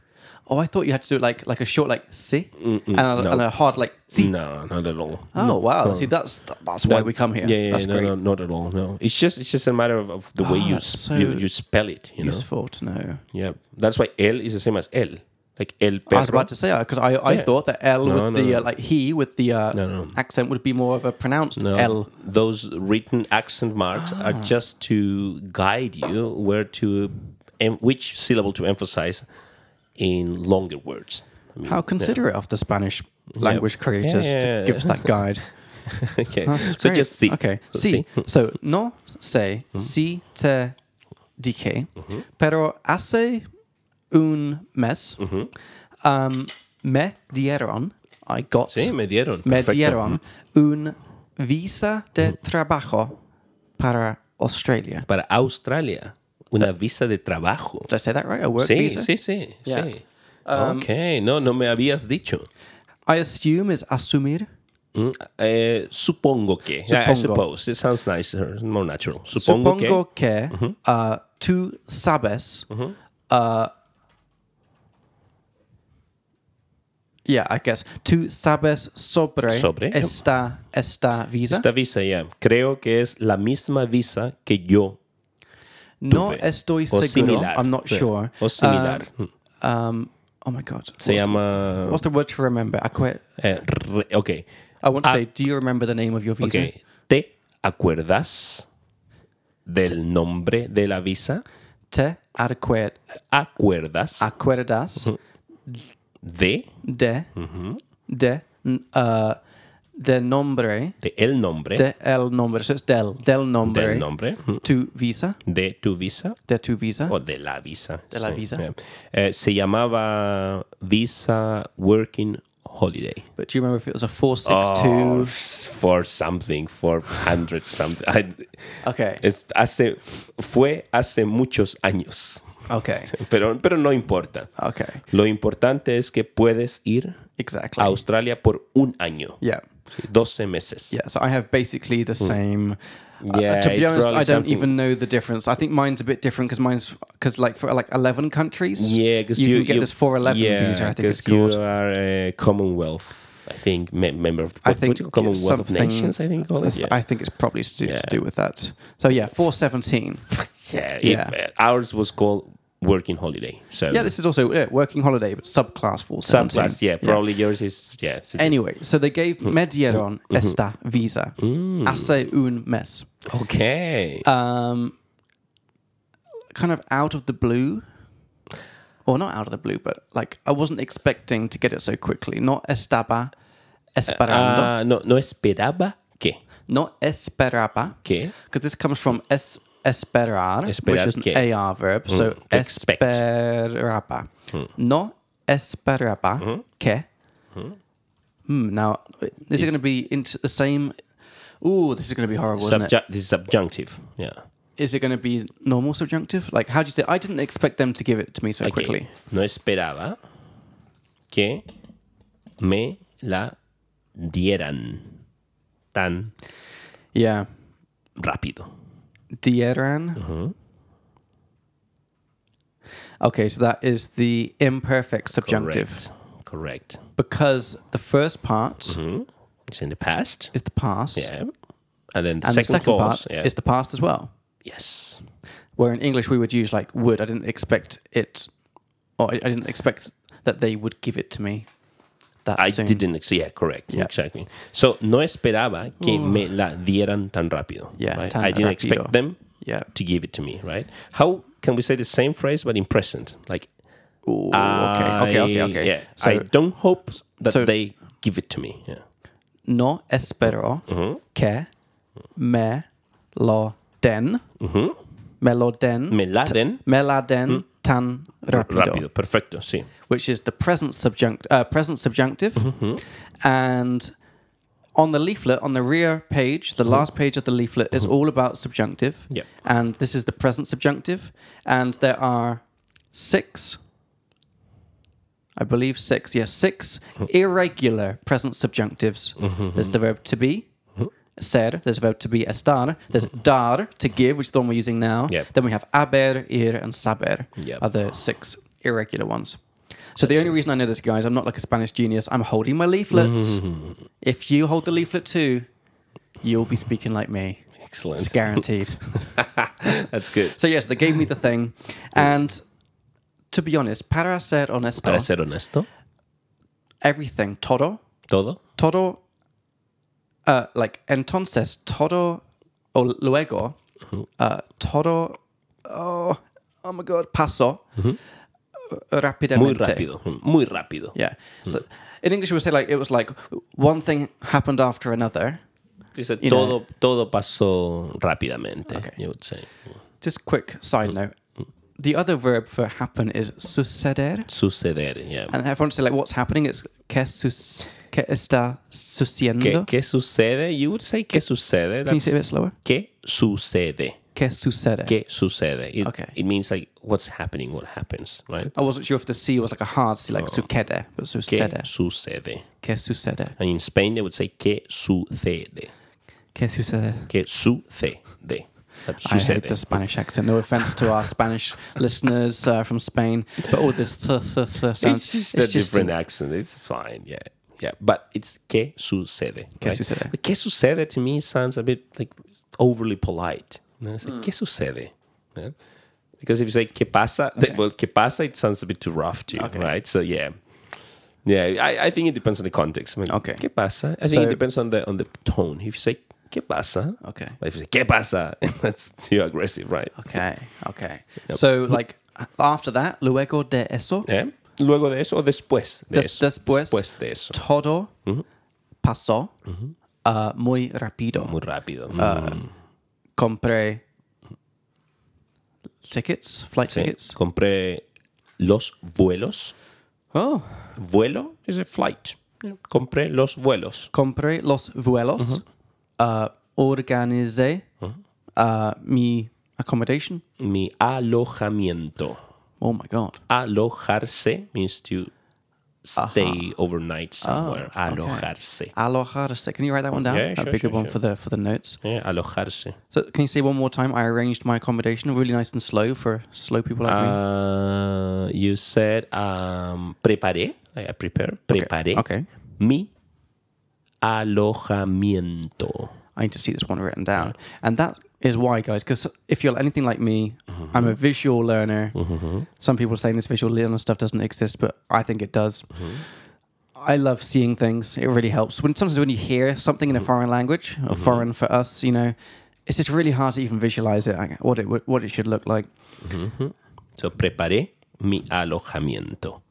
Speaker 1: Oh, I thought you had to do it like like a short like C and, a,
Speaker 2: no.
Speaker 1: and a hard like C.
Speaker 2: No, not at all.
Speaker 1: Oh
Speaker 2: No,
Speaker 1: wow!
Speaker 2: no.
Speaker 1: See, that's that's why
Speaker 2: That-
Speaker 1: we come here.
Speaker 2: Yeah, yeah,
Speaker 1: that's
Speaker 2: no,
Speaker 1: great.
Speaker 2: no, not at all. No, it's just it's just a matter of, of the way
Speaker 1: Ah,
Speaker 2: you,
Speaker 1: that's
Speaker 2: sp- you
Speaker 1: so
Speaker 2: you spell it. You know,
Speaker 1: Useful to know.
Speaker 2: yeah. That's why el is the same as el, like el perro.
Speaker 1: I was about to say because I, I
Speaker 2: Yeah.
Speaker 1: thought that L
Speaker 2: No,
Speaker 1: with
Speaker 2: no,
Speaker 1: the
Speaker 2: no.
Speaker 1: Uh, like he with the uh,
Speaker 2: No, no.
Speaker 1: accent would be more of a pronounced
Speaker 2: No,
Speaker 1: L. Ah.
Speaker 2: Those written accent marks are just to guide you where to, em- which syllable to emphasize in longer words. I mean,
Speaker 1: How considerate of the Spanish language creators
Speaker 2: Yeah, yeah,
Speaker 1: to give us that guide.
Speaker 2: okay.
Speaker 1: That's
Speaker 2: so
Speaker 1: Ah, great.
Speaker 2: just see.
Speaker 1: Okay.
Speaker 2: So Mm-hmm.
Speaker 1: sí. So no sé si te dije, pero hace un mes
Speaker 2: Mm-hmm.
Speaker 1: um, me dieron, I got,
Speaker 2: Sí, me dieron.
Speaker 1: me
Speaker 2: Perfecto.
Speaker 1: dieron
Speaker 2: Mm-hmm.
Speaker 1: un visa de trabajo para Australia.
Speaker 2: Para Australia, una visa de trabajo.
Speaker 1: Did I say that right? A work
Speaker 2: Sí,
Speaker 1: Ah. visa? Um,
Speaker 2: sí, sí,
Speaker 1: Yeah.
Speaker 2: sí. ok, no, no me habías dicho.
Speaker 1: I assume is asumir.
Speaker 2: Mm, eh, supongo que. Yeah, I
Speaker 1: Supongo.
Speaker 2: suppose. It sounds nicer, more natural. Supongo,
Speaker 1: Supongo,
Speaker 2: que.
Speaker 1: que, uh, tú sabes. uh, yeah, I guess. Tú sabes sobre,
Speaker 2: Sobre, yep.
Speaker 1: esta, esta visa.
Speaker 2: Esta visa, ya. Creo que es la misma visa que yo
Speaker 1: no
Speaker 2: tuve.
Speaker 1: estoy
Speaker 2: O
Speaker 1: seguro.
Speaker 2: similar.
Speaker 1: I'm not
Speaker 2: Sí.
Speaker 1: sure.
Speaker 2: O similar.
Speaker 1: Um, Oh my God.
Speaker 2: Se
Speaker 1: What's-
Speaker 2: llama.
Speaker 1: What's the word to remember? I quit.
Speaker 2: eh, re- ok.
Speaker 1: I want to
Speaker 2: Ah.
Speaker 1: say, do you remember the name of your
Speaker 2: Ok.
Speaker 1: visa?
Speaker 2: ¿Te acuerdas del nombre de la visa?
Speaker 1: Te adequate,
Speaker 2: ¿Acuerdas
Speaker 1: acuerdas
Speaker 2: de,
Speaker 1: de, de, n- uh, de nombre,
Speaker 2: de el nombre
Speaker 1: de el nombre. So it's del, del nombre.
Speaker 2: del nombre mm,
Speaker 1: Tu visa,
Speaker 2: de tu visa
Speaker 1: de tu visa.
Speaker 2: o de la visa?
Speaker 1: De la visa.
Speaker 2: eh. Eh, se llamaba Visa Working Holiday.
Speaker 1: But do you remember if it was a 462?
Speaker 2: Oh, for something, for hundred something. I-
Speaker 1: Okay.
Speaker 2: es- hace, fue hace muchos años,
Speaker 1: Okay.
Speaker 2: pero, pero no importa.
Speaker 1: Okay.
Speaker 2: Lo importante es que puedes ir
Speaker 1: Exactly.
Speaker 2: a Australia por un año,
Speaker 1: Yeah.
Speaker 2: 12 meses. Ah,
Speaker 1: Yeah. So I have basically the same. Uh,
Speaker 2: Hmm. Yeah,
Speaker 1: to be
Speaker 2: it's
Speaker 1: honest,
Speaker 2: probably
Speaker 1: I don't
Speaker 2: something-
Speaker 1: even know the difference. I think mine's a bit different because mine's because like for like eleven countries.
Speaker 2: Yeah, because
Speaker 1: you, can get this four eleven visa. I think it's called.
Speaker 2: you uh, are a Commonwealth, I think, me- member of
Speaker 1: I
Speaker 2: what-
Speaker 1: think
Speaker 2: what do you call it? Commonwealth of
Speaker 1: something-
Speaker 2: Nations, I think. All
Speaker 1: I,
Speaker 2: this.
Speaker 1: th-
Speaker 2: Yeah.
Speaker 1: I think it's probably to do, to
Speaker 2: Yeah.
Speaker 1: do with that. So yeah, four seventeen.
Speaker 2: yeah, if,
Speaker 1: yeah.
Speaker 2: uh, ours was called working holiday. So
Speaker 1: Yeah, this is also yeah, working holiday, but subclass four seventeen.
Speaker 2: subclass. Yeah, probably Hmm. yours is yeah. so-
Speaker 1: Anyway, so they gave me dieron
Speaker 2: Mm-hmm.
Speaker 1: esta visa
Speaker 2: Hmm.
Speaker 1: hace un mes.
Speaker 2: Mm, okay.
Speaker 1: um, kind of out of the blue. Or not out of the blue, but like I wasn't expecting to get it so quickly. Not estaba esperando.
Speaker 2: Ah, no, no esperaba que
Speaker 1: not esperaba.
Speaker 2: que
Speaker 1: Because this comes from es, esperar, which
Speaker 2: Esperar
Speaker 1: is an
Speaker 2: que.
Speaker 1: AR verb. So
Speaker 2: to expect. Hmm.
Speaker 1: esperaba. No esperaba que.
Speaker 2: Hmm.
Speaker 1: Hmm, now, this is going to be into the same. Ooh, this is going to be horrible, isn't it?
Speaker 2: subju- this is subjunctive. Yeah.
Speaker 1: is it going to be normal subjunctive? Like, how do you say? I didn't expect them to give it to me so
Speaker 2: Okay.
Speaker 1: quickly.
Speaker 2: No esperaba que me la dieran tan
Speaker 1: Yeah,
Speaker 2: rápido.
Speaker 1: dieran.
Speaker 2: Uh-huh.
Speaker 1: Okay, so that is the imperfect subjunctive
Speaker 2: Correct. Correct.
Speaker 1: because the first part
Speaker 2: Mhm. It's in the past.
Speaker 1: is the past,
Speaker 2: Mm-hmm. Yeah. And then the
Speaker 1: and
Speaker 2: second,
Speaker 1: the second
Speaker 2: clause.
Speaker 1: part
Speaker 2: yeah.
Speaker 1: is the past as well.
Speaker 2: yes.
Speaker 1: Where in English we would use like would. I didn't expect it, or I I didn't expect that they would give it to me. That
Speaker 2: I
Speaker 1: soon.
Speaker 2: didn't. ex- Yeah. Correct.
Speaker 1: Yeah. Mm.
Speaker 2: Exactly. So no esperaba que me la dieran tan rápido.
Speaker 1: Yeah,
Speaker 2: right?
Speaker 1: tan
Speaker 2: I didn't
Speaker 1: rápido.
Speaker 2: expect them
Speaker 1: Yeah.
Speaker 2: to give it to me. Right. How can we say the same phrase but in present? Like
Speaker 1: Ooh, okay. Okay. Okay.
Speaker 2: I-
Speaker 1: Okay.
Speaker 2: Yeah.
Speaker 1: So
Speaker 2: I don't hope that
Speaker 1: so-
Speaker 2: they give it to me. Yeah. Mm-hmm,
Speaker 1: no espero que me lo den. Me lo den.
Speaker 2: mm-hmm. Me la den
Speaker 1: me la den tan rápido,
Speaker 2: rápido. Perfecto. Sí.
Speaker 1: Which is the present, subjunct, uh, present subjunctive.
Speaker 2: Mm-hmm.
Speaker 1: And on the leaflet, on the rear page, the last page of the leaflet is all about subjunctive.
Speaker 2: Mm-hmm. Yep.
Speaker 1: And this is the present subjunctive. And there are six. I believe six, yes, six
Speaker 2: Mm-hmm.
Speaker 1: irregular present subjunctives. There's the verb to be,
Speaker 2: Mm-hmm.
Speaker 1: ser, there's the verb to be estar, there's dar, to give, which is the one we're using now.
Speaker 2: Yep.
Speaker 1: Then we have haber, ir, and saber
Speaker 2: Yep. Ah.
Speaker 1: are the six irregular ones. So the only reason I know this, guys, I'm not like a Spanish genius. I'm holding my leaflet.
Speaker 2: Mm-hmm.
Speaker 1: If you hold the leaflet too, you'll be speaking like me. It's
Speaker 2: Excellent.
Speaker 1: guaranteed.
Speaker 2: That's good.
Speaker 1: so yes, they gave me the thing, and to be honest, para ser honesto,
Speaker 2: Para ser honesto,
Speaker 1: everything todo
Speaker 2: todo.
Speaker 1: todo uh, like entonces todo o luego
Speaker 2: Uh-huh.
Speaker 1: uh, todo oh oh my god paso uh,
Speaker 2: Mm-hmm. Muy
Speaker 1: rápidamente
Speaker 2: rápido. Muy rápido.
Speaker 1: yeah
Speaker 2: Hmm.
Speaker 1: But in English we would say like it was like one thing happened after another
Speaker 2: Dice,
Speaker 1: You
Speaker 2: todo, todo pasó rápidamente.
Speaker 1: Okay.
Speaker 2: You would say.
Speaker 1: just quick
Speaker 2: Hmm.
Speaker 1: side note the other verb for happen is suceder
Speaker 2: Suceder. Yeah.
Speaker 1: and if I want to say like what's happening it's que, sus, que está sucediendo
Speaker 2: ¿Qué, ¿Qué sucede? You would say ¿Qué sucede?
Speaker 1: can you
Speaker 2: That's-
Speaker 1: say it a bit slower
Speaker 2: ¿Qué sucede?
Speaker 1: que sucede
Speaker 2: ¿Qué sucede? It,
Speaker 1: Okay.
Speaker 2: it means like what's happening, what happens, right?
Speaker 1: I wasn't sure if the C was like a hard C,
Speaker 2: Oh.
Speaker 1: like sucede, but
Speaker 2: ¿Qué
Speaker 1: sucede.
Speaker 2: sucede?
Speaker 1: Que sucede.
Speaker 2: And in Spain they would say ¿Qué sucede?
Speaker 1: Que sucede.
Speaker 2: ¿Qué sucede? That's
Speaker 1: I hate
Speaker 2: sucede.
Speaker 1: the Spanish accent. No offense to our Spanish listeners uh, from Spain, but all this th- th- th- sounds.
Speaker 2: It's just a different accent. It's fine, yeah. Yeah, but it's ¿Qué sucede?
Speaker 1: ¿Qué sucede?
Speaker 2: But ¿Qué sucede to
Speaker 1: Hmm.
Speaker 2: me sounds a bit like overly polite. You know, it's like, ¿Qué sucede? Yeah. Because if you say que pasa, th- well, que pasa, it sounds a bit too rough to you,
Speaker 1: Okay.
Speaker 2: right? So yeah, yeah. I, I think it depends on the context. I mean,
Speaker 1: Okay.
Speaker 2: Que pasa? I think
Speaker 1: So-
Speaker 2: it depends on the on the tone. If you say que pasa,
Speaker 1: Okay.
Speaker 2: But if you say que pasa, that's too aggressive, right?
Speaker 1: Okay, okay. So, like, after that, luego de eso,
Speaker 2: Yeah. ¿Eh? Luego de eso o después de
Speaker 1: Des-
Speaker 2: eso.
Speaker 1: después.
Speaker 2: Después de eso.
Speaker 1: todo
Speaker 2: Mm-hmm.
Speaker 1: pasó uh, muy rápido.
Speaker 2: Muy rápido. Mm.
Speaker 1: Compré tickets, flight
Speaker 2: Sí.
Speaker 1: tickets.
Speaker 2: Compré los vuelos.
Speaker 1: Oh,
Speaker 2: Vuelo is a flight. Compré los vuelos.
Speaker 1: compré los vuelos,
Speaker 2: Mm-hmm.
Speaker 1: uh, organizé uh, mi accommodation.
Speaker 2: Mi alojamiento.
Speaker 1: Oh my god.
Speaker 2: Alojarse means to stay overnight somewhere. Alojarse.
Speaker 1: Alojarse. Can you write that one down?
Speaker 2: Yeah,
Speaker 1: a
Speaker 2: sure,
Speaker 1: bigger
Speaker 2: sure,
Speaker 1: one
Speaker 2: sure.
Speaker 1: for the for the notes.
Speaker 2: Yeah, Eh, alojarse.
Speaker 1: So can you say one more time? I arranged my accommodation really nice and slow for slow people like me.
Speaker 2: Uh, you said um, preparé. I prepare. Preparé.
Speaker 1: okay.
Speaker 2: Mi alojamiento.
Speaker 1: I need to see this one written down. And that is why, guys, because if you're anything like me, I'm a visual learner. Some people are saying this visual learner stuff doesn't exist, but I think it does. I love seeing things. It really helps. When sometimes when you hear something in a foreign language, or foreign for us, you know, it's just really hard to even visualize it, like, what it would- what it should look like.
Speaker 2: So preparé mi alojamiento.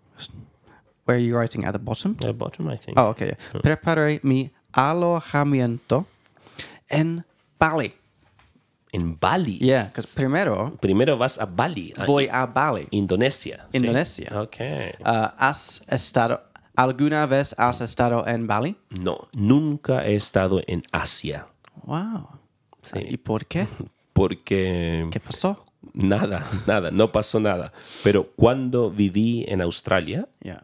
Speaker 1: Where are you writing at the bottom?
Speaker 2: At bottom, I think.
Speaker 1: Oh, okay. Yeah. Preparé mi alojamiento en Bali.
Speaker 2: En Bali.
Speaker 1: Yeah, because primero
Speaker 2: Primero vas a Bali, a
Speaker 1: voy a Bali.
Speaker 2: Indonesia. ¿sí?
Speaker 1: Indonesia.
Speaker 2: Okay.
Speaker 1: Uh, ¿Has estado alguna vez has estado en Bali?
Speaker 2: No, nunca he estado en Asia.
Speaker 1: Wow.
Speaker 2: Sí.
Speaker 1: ¿Y por qué?
Speaker 2: Porque
Speaker 1: ¿Qué pasó?
Speaker 2: nada, nada, no pasó nada. Pero cuando viví en Australia,
Speaker 1: Yeah.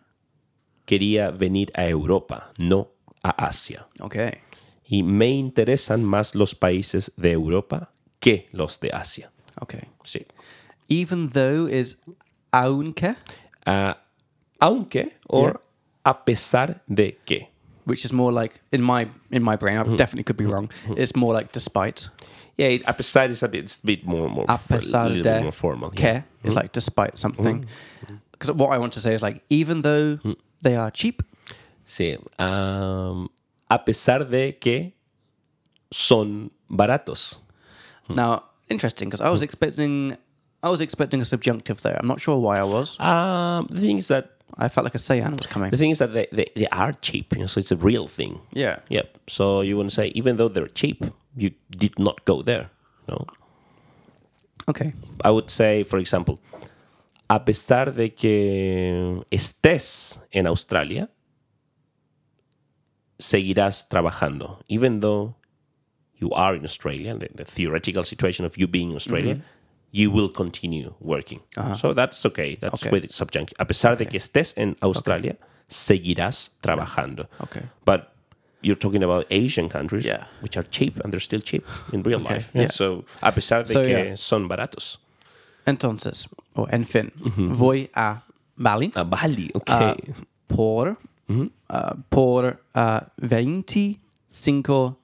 Speaker 2: quería venir a Europa, no a Asia.
Speaker 1: Okay.
Speaker 2: Y me interesan más los países de Europa que los de Asia.
Speaker 1: Okay.
Speaker 2: Sí.
Speaker 1: Even though is aunque,
Speaker 2: Ah, aunque o a pesar de que.
Speaker 1: which is more like in my in my brain, I
Speaker 2: Mm-hmm.
Speaker 1: definitely could be wrong. It's more like despite.
Speaker 2: Yeah, it- a pesar is a bit, it's a bit more, more,
Speaker 1: A
Speaker 2: f-
Speaker 1: pesar
Speaker 2: a little
Speaker 1: de
Speaker 2: bit more formal.
Speaker 1: que
Speaker 2: yeah. Mm-hmm.
Speaker 1: is like despite something. Because what I want to say is like even though
Speaker 2: Mm.
Speaker 1: they are cheap,
Speaker 2: Sí. am, a pesar de que son baratos. Mm.
Speaker 1: Now, interesting because I was expecting, I was expecting a subjunctive there. I'm not sure why I was.
Speaker 2: Um, the thing is that
Speaker 1: I felt like a sayan was coming.
Speaker 2: the thing is that they, they, they are cheap, you know, so it's a real thing.
Speaker 1: Yeah.
Speaker 2: Yep. So you want to say even though they're cheap, you did not go there. No.
Speaker 1: Okay.
Speaker 2: I would say, for example, a pesar de que estés en Australia, seguirás trabajando. Even though you are in Australia, the, the theoretical situation of you being in Australia, you will continue working. So that's okay. That's
Speaker 1: Mm-hmm. Uh-huh. Okay.
Speaker 2: with the subjunct. A pesar de que estés en Australia, seguirás trabajando.
Speaker 1: Okay.
Speaker 2: But you're talking about Asian countries,
Speaker 1: Yeah.
Speaker 2: which are cheap and they're still cheap in real life.
Speaker 1: yeah.
Speaker 2: So a pesar de
Speaker 1: So,
Speaker 2: que
Speaker 1: yeah.
Speaker 2: son baratos.
Speaker 1: Entonces, o en fin, voy a Bali
Speaker 2: A Bali, Ah, ok.
Speaker 1: uh, por uh, por uh, 25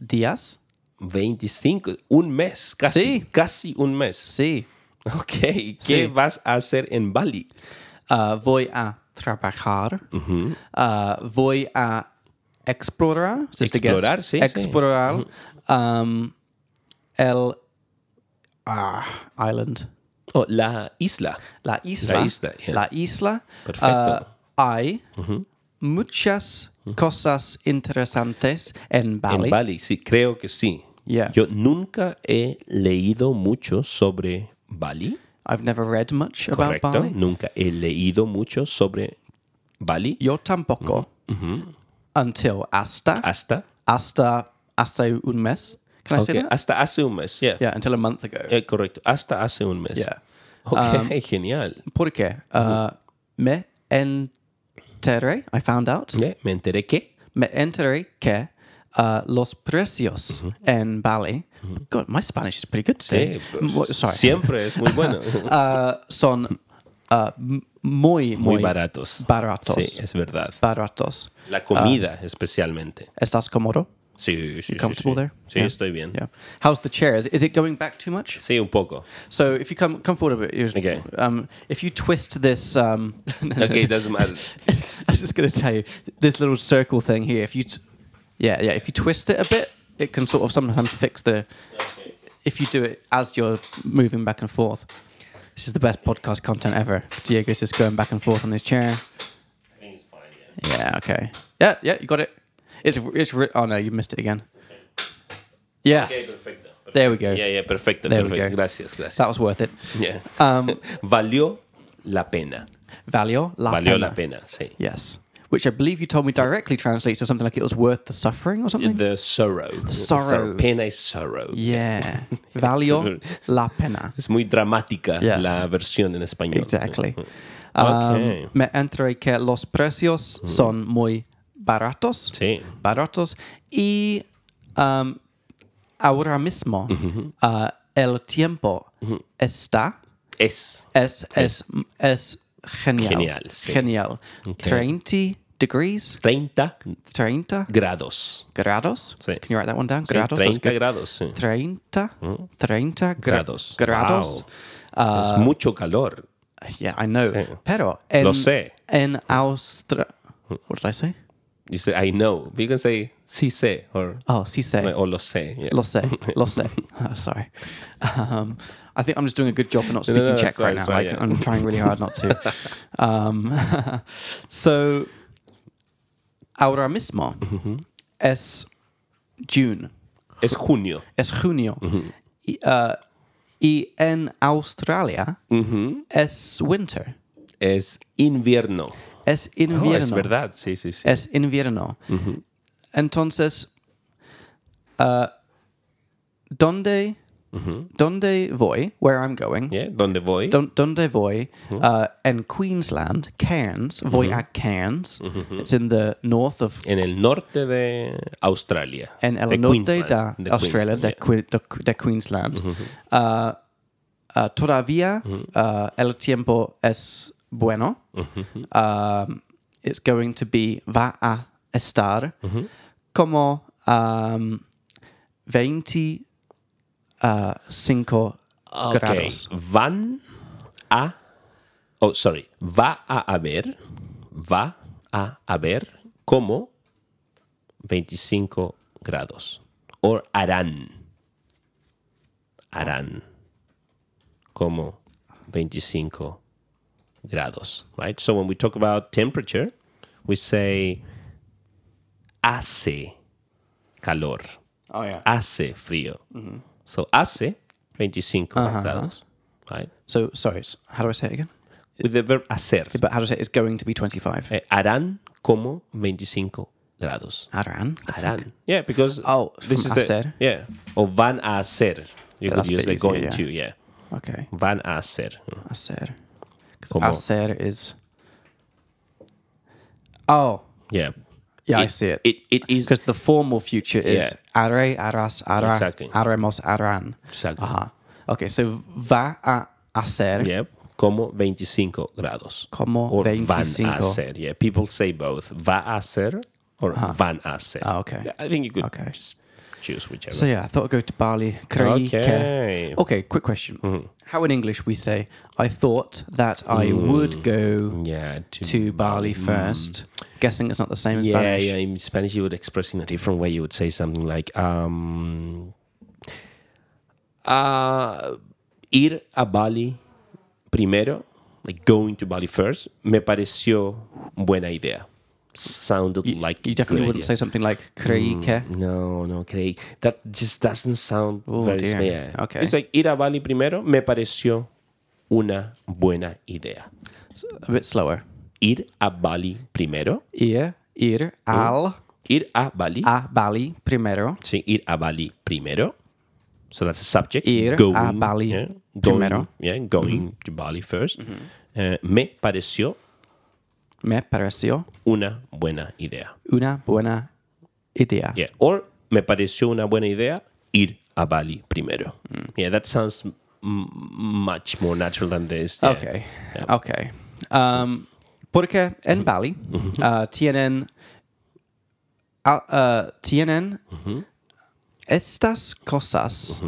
Speaker 1: días.
Speaker 2: 25, un mes, casi,
Speaker 1: Sí.
Speaker 2: casi un mes.
Speaker 1: Sí.
Speaker 2: Ok, ¿qué
Speaker 1: Sí.
Speaker 2: vas a hacer en Bali?
Speaker 1: Uh, voy a trabajar. Uh, voy a explorar. ¿se dice que es?
Speaker 2: Explorar, sí, sí.
Speaker 1: Explorar um, el ah, island.
Speaker 2: Oh, la isla.
Speaker 1: La isla.
Speaker 2: La isla, yeah.
Speaker 1: La isla.
Speaker 2: Perfecto.
Speaker 1: Uh, hay muchas cosas interesantes en Bali.
Speaker 2: En Bali, sí, creo que sí.
Speaker 1: Yeah.
Speaker 2: Yo nunca he leído mucho sobre Bali.
Speaker 1: I've never read much about
Speaker 2: Correcto.
Speaker 1: Bali.
Speaker 2: Nunca he leído mucho sobre Bali
Speaker 1: Yo tampoco.
Speaker 2: Mm-hmm.
Speaker 1: Until hasta,
Speaker 2: hasta,
Speaker 1: hasta hace un mes. Can I say
Speaker 2: ok,
Speaker 1: that?
Speaker 2: hasta hace un mes. Yeah.
Speaker 1: Yeah, until a month ago.
Speaker 2: Eh, correcto, hasta hace un mes.
Speaker 1: Yeah.
Speaker 2: Ok, genial.
Speaker 1: Porque uh, me enteré, I found out,
Speaker 2: Eh, Me enteré que
Speaker 1: me enteré que uh, los precios
Speaker 2: Mm-hmm.
Speaker 1: en Bali, God, my Spanish is pretty good today.
Speaker 2: eh,
Speaker 1: M- what-
Speaker 2: Mm-hmm. pues,
Speaker 1: sorry.
Speaker 2: siempre es muy bueno.
Speaker 1: Uh, son uh, m- muy, muy,
Speaker 2: muy baratos.
Speaker 1: baratos.
Speaker 2: Sí, es verdad. Ah.
Speaker 1: Baratos.
Speaker 2: La comida, especialmente.
Speaker 1: ¿Estás cómodo?
Speaker 2: Sí, sí, sí,
Speaker 1: comfortable
Speaker 2: sí.
Speaker 1: there?
Speaker 2: Sí,
Speaker 1: Yeah.
Speaker 2: estoy bien.
Speaker 1: Yeah. How's the chair? Is, is it going back too much?
Speaker 2: Sí, un poco.
Speaker 1: So if you come come forward a bit, here's-
Speaker 2: Okay.
Speaker 1: um, if you twist this, um,
Speaker 2: Okay, it doesn't matter.
Speaker 1: I was just going to tell you this little circle thing here. If you, t- yeah, yeah, if you twist it a bit, it can sort of sometimes fix the. If you do it as you're moving back and forth, this is the best podcast content ever. Diego's just going back and forth on his chair.
Speaker 2: I think it's fine, yeah.
Speaker 1: Yeah. Okay. Yeah. Yeah. You got it. It's it's. Ri- oh no, you missed it again. Yeah.
Speaker 2: Okay, perfecto. perfecto.
Speaker 1: There we go.
Speaker 2: Yeah, yeah, perfecto,
Speaker 1: There we
Speaker 2: perfecto.
Speaker 1: go.
Speaker 2: Gracias, gracias.
Speaker 1: That was worth it.
Speaker 2: Yeah.
Speaker 1: Um,
Speaker 2: Valió la pena.
Speaker 1: Valió la
Speaker 2: Valió
Speaker 1: pena.
Speaker 2: la pena, sí.
Speaker 1: Yes. Which I believe you told me directly translates to something like it was worth the suffering or something.
Speaker 2: The sorrow.
Speaker 1: sorrow.
Speaker 2: Pena es sorrow.
Speaker 1: yeah. Valió la pena.
Speaker 2: Es muy dramática
Speaker 1: Yes.
Speaker 2: la versión en español.
Speaker 1: Exactly.
Speaker 2: Okay.
Speaker 1: Um, me enteré que los precios son muy baratos.
Speaker 2: Sí.
Speaker 1: Baratos. Y um, ahora mismo uh, el tiempo está.
Speaker 2: Es.
Speaker 1: Es, es, es genial.
Speaker 2: Genial, sí.
Speaker 1: Genial. 30 degrees.
Speaker 2: 30
Speaker 1: 30
Speaker 2: grados.
Speaker 1: grados.
Speaker 2: Sí.
Speaker 1: Can you write that one down?
Speaker 2: Sí,
Speaker 1: Grados. that's
Speaker 2: 30
Speaker 1: good.
Speaker 2: grados. sí.
Speaker 1: 30, 30 gra-
Speaker 2: Grados.
Speaker 1: grados.
Speaker 2: Wow.
Speaker 1: Ah.
Speaker 2: es mucho calor.
Speaker 1: Yeah, I know.
Speaker 2: Sí.
Speaker 1: Pero en,
Speaker 2: Lo sé. Mm.
Speaker 1: en Austria. What did I say?
Speaker 2: You say, I know. You can say, sí sé, or,
Speaker 1: Oh, sí sé.
Speaker 2: o lo sé. yeah.
Speaker 1: Lo sé. Lo sé. Oh, sorry. Um, I think I'm just doing a good job of not
Speaker 2: No,
Speaker 1: speaking
Speaker 2: no, no,
Speaker 1: Czech
Speaker 2: it's fine,
Speaker 1: right now.
Speaker 2: it's fine,
Speaker 1: like,
Speaker 2: yeah.
Speaker 1: I'm trying really hard not to. um, so, ahora mismo
Speaker 2: Mm-hmm.
Speaker 1: es June.
Speaker 2: Es junio.
Speaker 1: es junio.
Speaker 2: Mm-hmm.
Speaker 1: y, uh, y en Australia es winter.
Speaker 2: Es invierno.
Speaker 1: Es
Speaker 2: Oh,
Speaker 1: invierno. Eh,
Speaker 2: es verdad, sí, sí, sí.
Speaker 1: Es invierno. Entonces, uh, ¿dónde, ¿dónde voy? Where I'm going.
Speaker 2: Yeah, ¿Dónde voy?
Speaker 1: Don- ¿Dónde voy? Uh, in Queensland, Cairns. Voy a Cairns. It's in the north of
Speaker 2: en el norte de Australia.
Speaker 1: en el
Speaker 2: de
Speaker 1: norte
Speaker 2: Queensland,
Speaker 1: de Australia, de,
Speaker 2: Queensland, yeah. Mm-hmm,
Speaker 1: Qui- de- de Queensland, uh, uh, todavía uh, el tiempo es bueno.
Speaker 2: Mm-hmm,
Speaker 1: Um, it's going to be, va a estar
Speaker 2: Mm-hmm.
Speaker 1: como um, 25
Speaker 2: Ok,
Speaker 1: ah, grados.
Speaker 2: Van a. Oh, sorry. Va a haber. Va a haber como 25 grados. O harán. Harán. Como 25 grados. Right? So when we talk about temperature, we say hace calor.
Speaker 1: Oh, yeah.
Speaker 2: hace frío. So hace 25 grados. Right?
Speaker 1: So, sorry, s- how do I say it again?
Speaker 2: With the verb hacer.
Speaker 1: But how do I say it? It's going to be 25.
Speaker 2: Eh, harán como 25 grados.
Speaker 1: Aran. the fuck?
Speaker 2: Harán. Yeah, because
Speaker 1: Oh,
Speaker 2: this is
Speaker 1: from hacer.
Speaker 2: the yeah. Or van a hacer.
Speaker 1: Yeah,
Speaker 2: You could
Speaker 1: that's a
Speaker 2: use
Speaker 1: bit
Speaker 2: the
Speaker 1: easier,
Speaker 2: going
Speaker 1: yeah.
Speaker 2: to, yeah.
Speaker 1: Okay.
Speaker 2: Van a hacer. Mm.
Speaker 1: Hacer.
Speaker 2: Como-
Speaker 1: Hacer is. Oh,
Speaker 2: Yeah.
Speaker 1: yeah, I see it.
Speaker 2: It it is
Speaker 1: Because the formal future is
Speaker 2: Yeah.
Speaker 1: are, aras, ara,
Speaker 2: Exactly.
Speaker 1: aremos, aran.
Speaker 2: Exactly.
Speaker 1: Uh-huh. Okay, so va a hacer.
Speaker 2: yeah. Como 25 grados.
Speaker 1: Como
Speaker 2: or
Speaker 1: 25.
Speaker 2: Van a hacer. Yeah. People say both. Va a hacer or van a hacer.
Speaker 1: Ah, okay.
Speaker 2: Yeah, I think you could
Speaker 1: Okay.
Speaker 2: just choose whichever.
Speaker 1: So yeah, I thought I'd go to Bali. Creí
Speaker 2: Okay.
Speaker 1: Que.
Speaker 2: Mm-hmm.
Speaker 1: Okay, quick question. How in English we say, I thought that I
Speaker 2: Mm.
Speaker 1: would go
Speaker 2: Yeah, to,
Speaker 1: to Bali first. Guessing it's not the same in
Speaker 2: Mm. yeah,
Speaker 1: Spanish.
Speaker 2: yeah. In Spanish, you would express in a different way. You would say something like, um, uh, "Ir a Bali primero," like going to Bali first. Me pareció buena idea. Sounded like
Speaker 1: You definitely
Speaker 2: good
Speaker 1: wouldn't
Speaker 2: idea.
Speaker 1: say
Speaker 2: Mm.
Speaker 1: something like creí que.
Speaker 2: No, no, okay. That just doesn't sound
Speaker 1: Oh,
Speaker 2: very
Speaker 1: dear.
Speaker 2: yeah.
Speaker 1: Okay.
Speaker 2: It's like ir a Bali primero. Me pareció una buena idea.
Speaker 1: A bit slower.
Speaker 2: Ir a Bali primero.
Speaker 1: Ir, ir al
Speaker 2: Ir a Bali.
Speaker 1: a Bali primero.
Speaker 2: Sí, ir a Bali primero. So that's the subject.
Speaker 1: Ir a Bali
Speaker 2: going,
Speaker 1: primero.
Speaker 2: Yeah, going to Bali 1st me pareció
Speaker 1: Me pareció
Speaker 2: una buena idea.
Speaker 1: una buena idea.
Speaker 2: Yeah. Or me pareció una buena idea ir a Bali primero.
Speaker 1: Mm.
Speaker 2: Yeah, that sounds m- much more natural than this. Yeah.
Speaker 1: Okay. Okay.
Speaker 2: Mm-hmm.
Speaker 1: Um, porque en Bali uh, tienen ah, uh, tienen
Speaker 2: Mm-hmm.
Speaker 1: estas cosas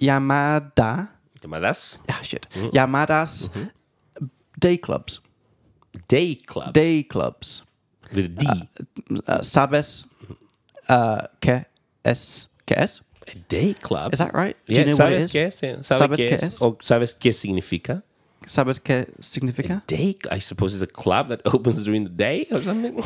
Speaker 1: llamada,
Speaker 2: Llamadas
Speaker 1: ah, shit,
Speaker 2: Mm-hmm.
Speaker 1: llamadas day clubs.
Speaker 2: Day Club.
Speaker 1: Day clubs.
Speaker 2: With D.
Speaker 1: Uh, ¿Sabes uh, qué es? ¿Qué es?
Speaker 2: A day Club.
Speaker 1: Is that right? Do
Speaker 2: Yeah,
Speaker 1: you know what it
Speaker 2: ¿Sabes
Speaker 1: is?
Speaker 2: qué es? Yeah, ¿Sabes, qué, es? ¿O sabes qué significa?
Speaker 1: ¿Sabes qué significa?
Speaker 2: Day, cl- I suppose it's a club that opens during the day or something.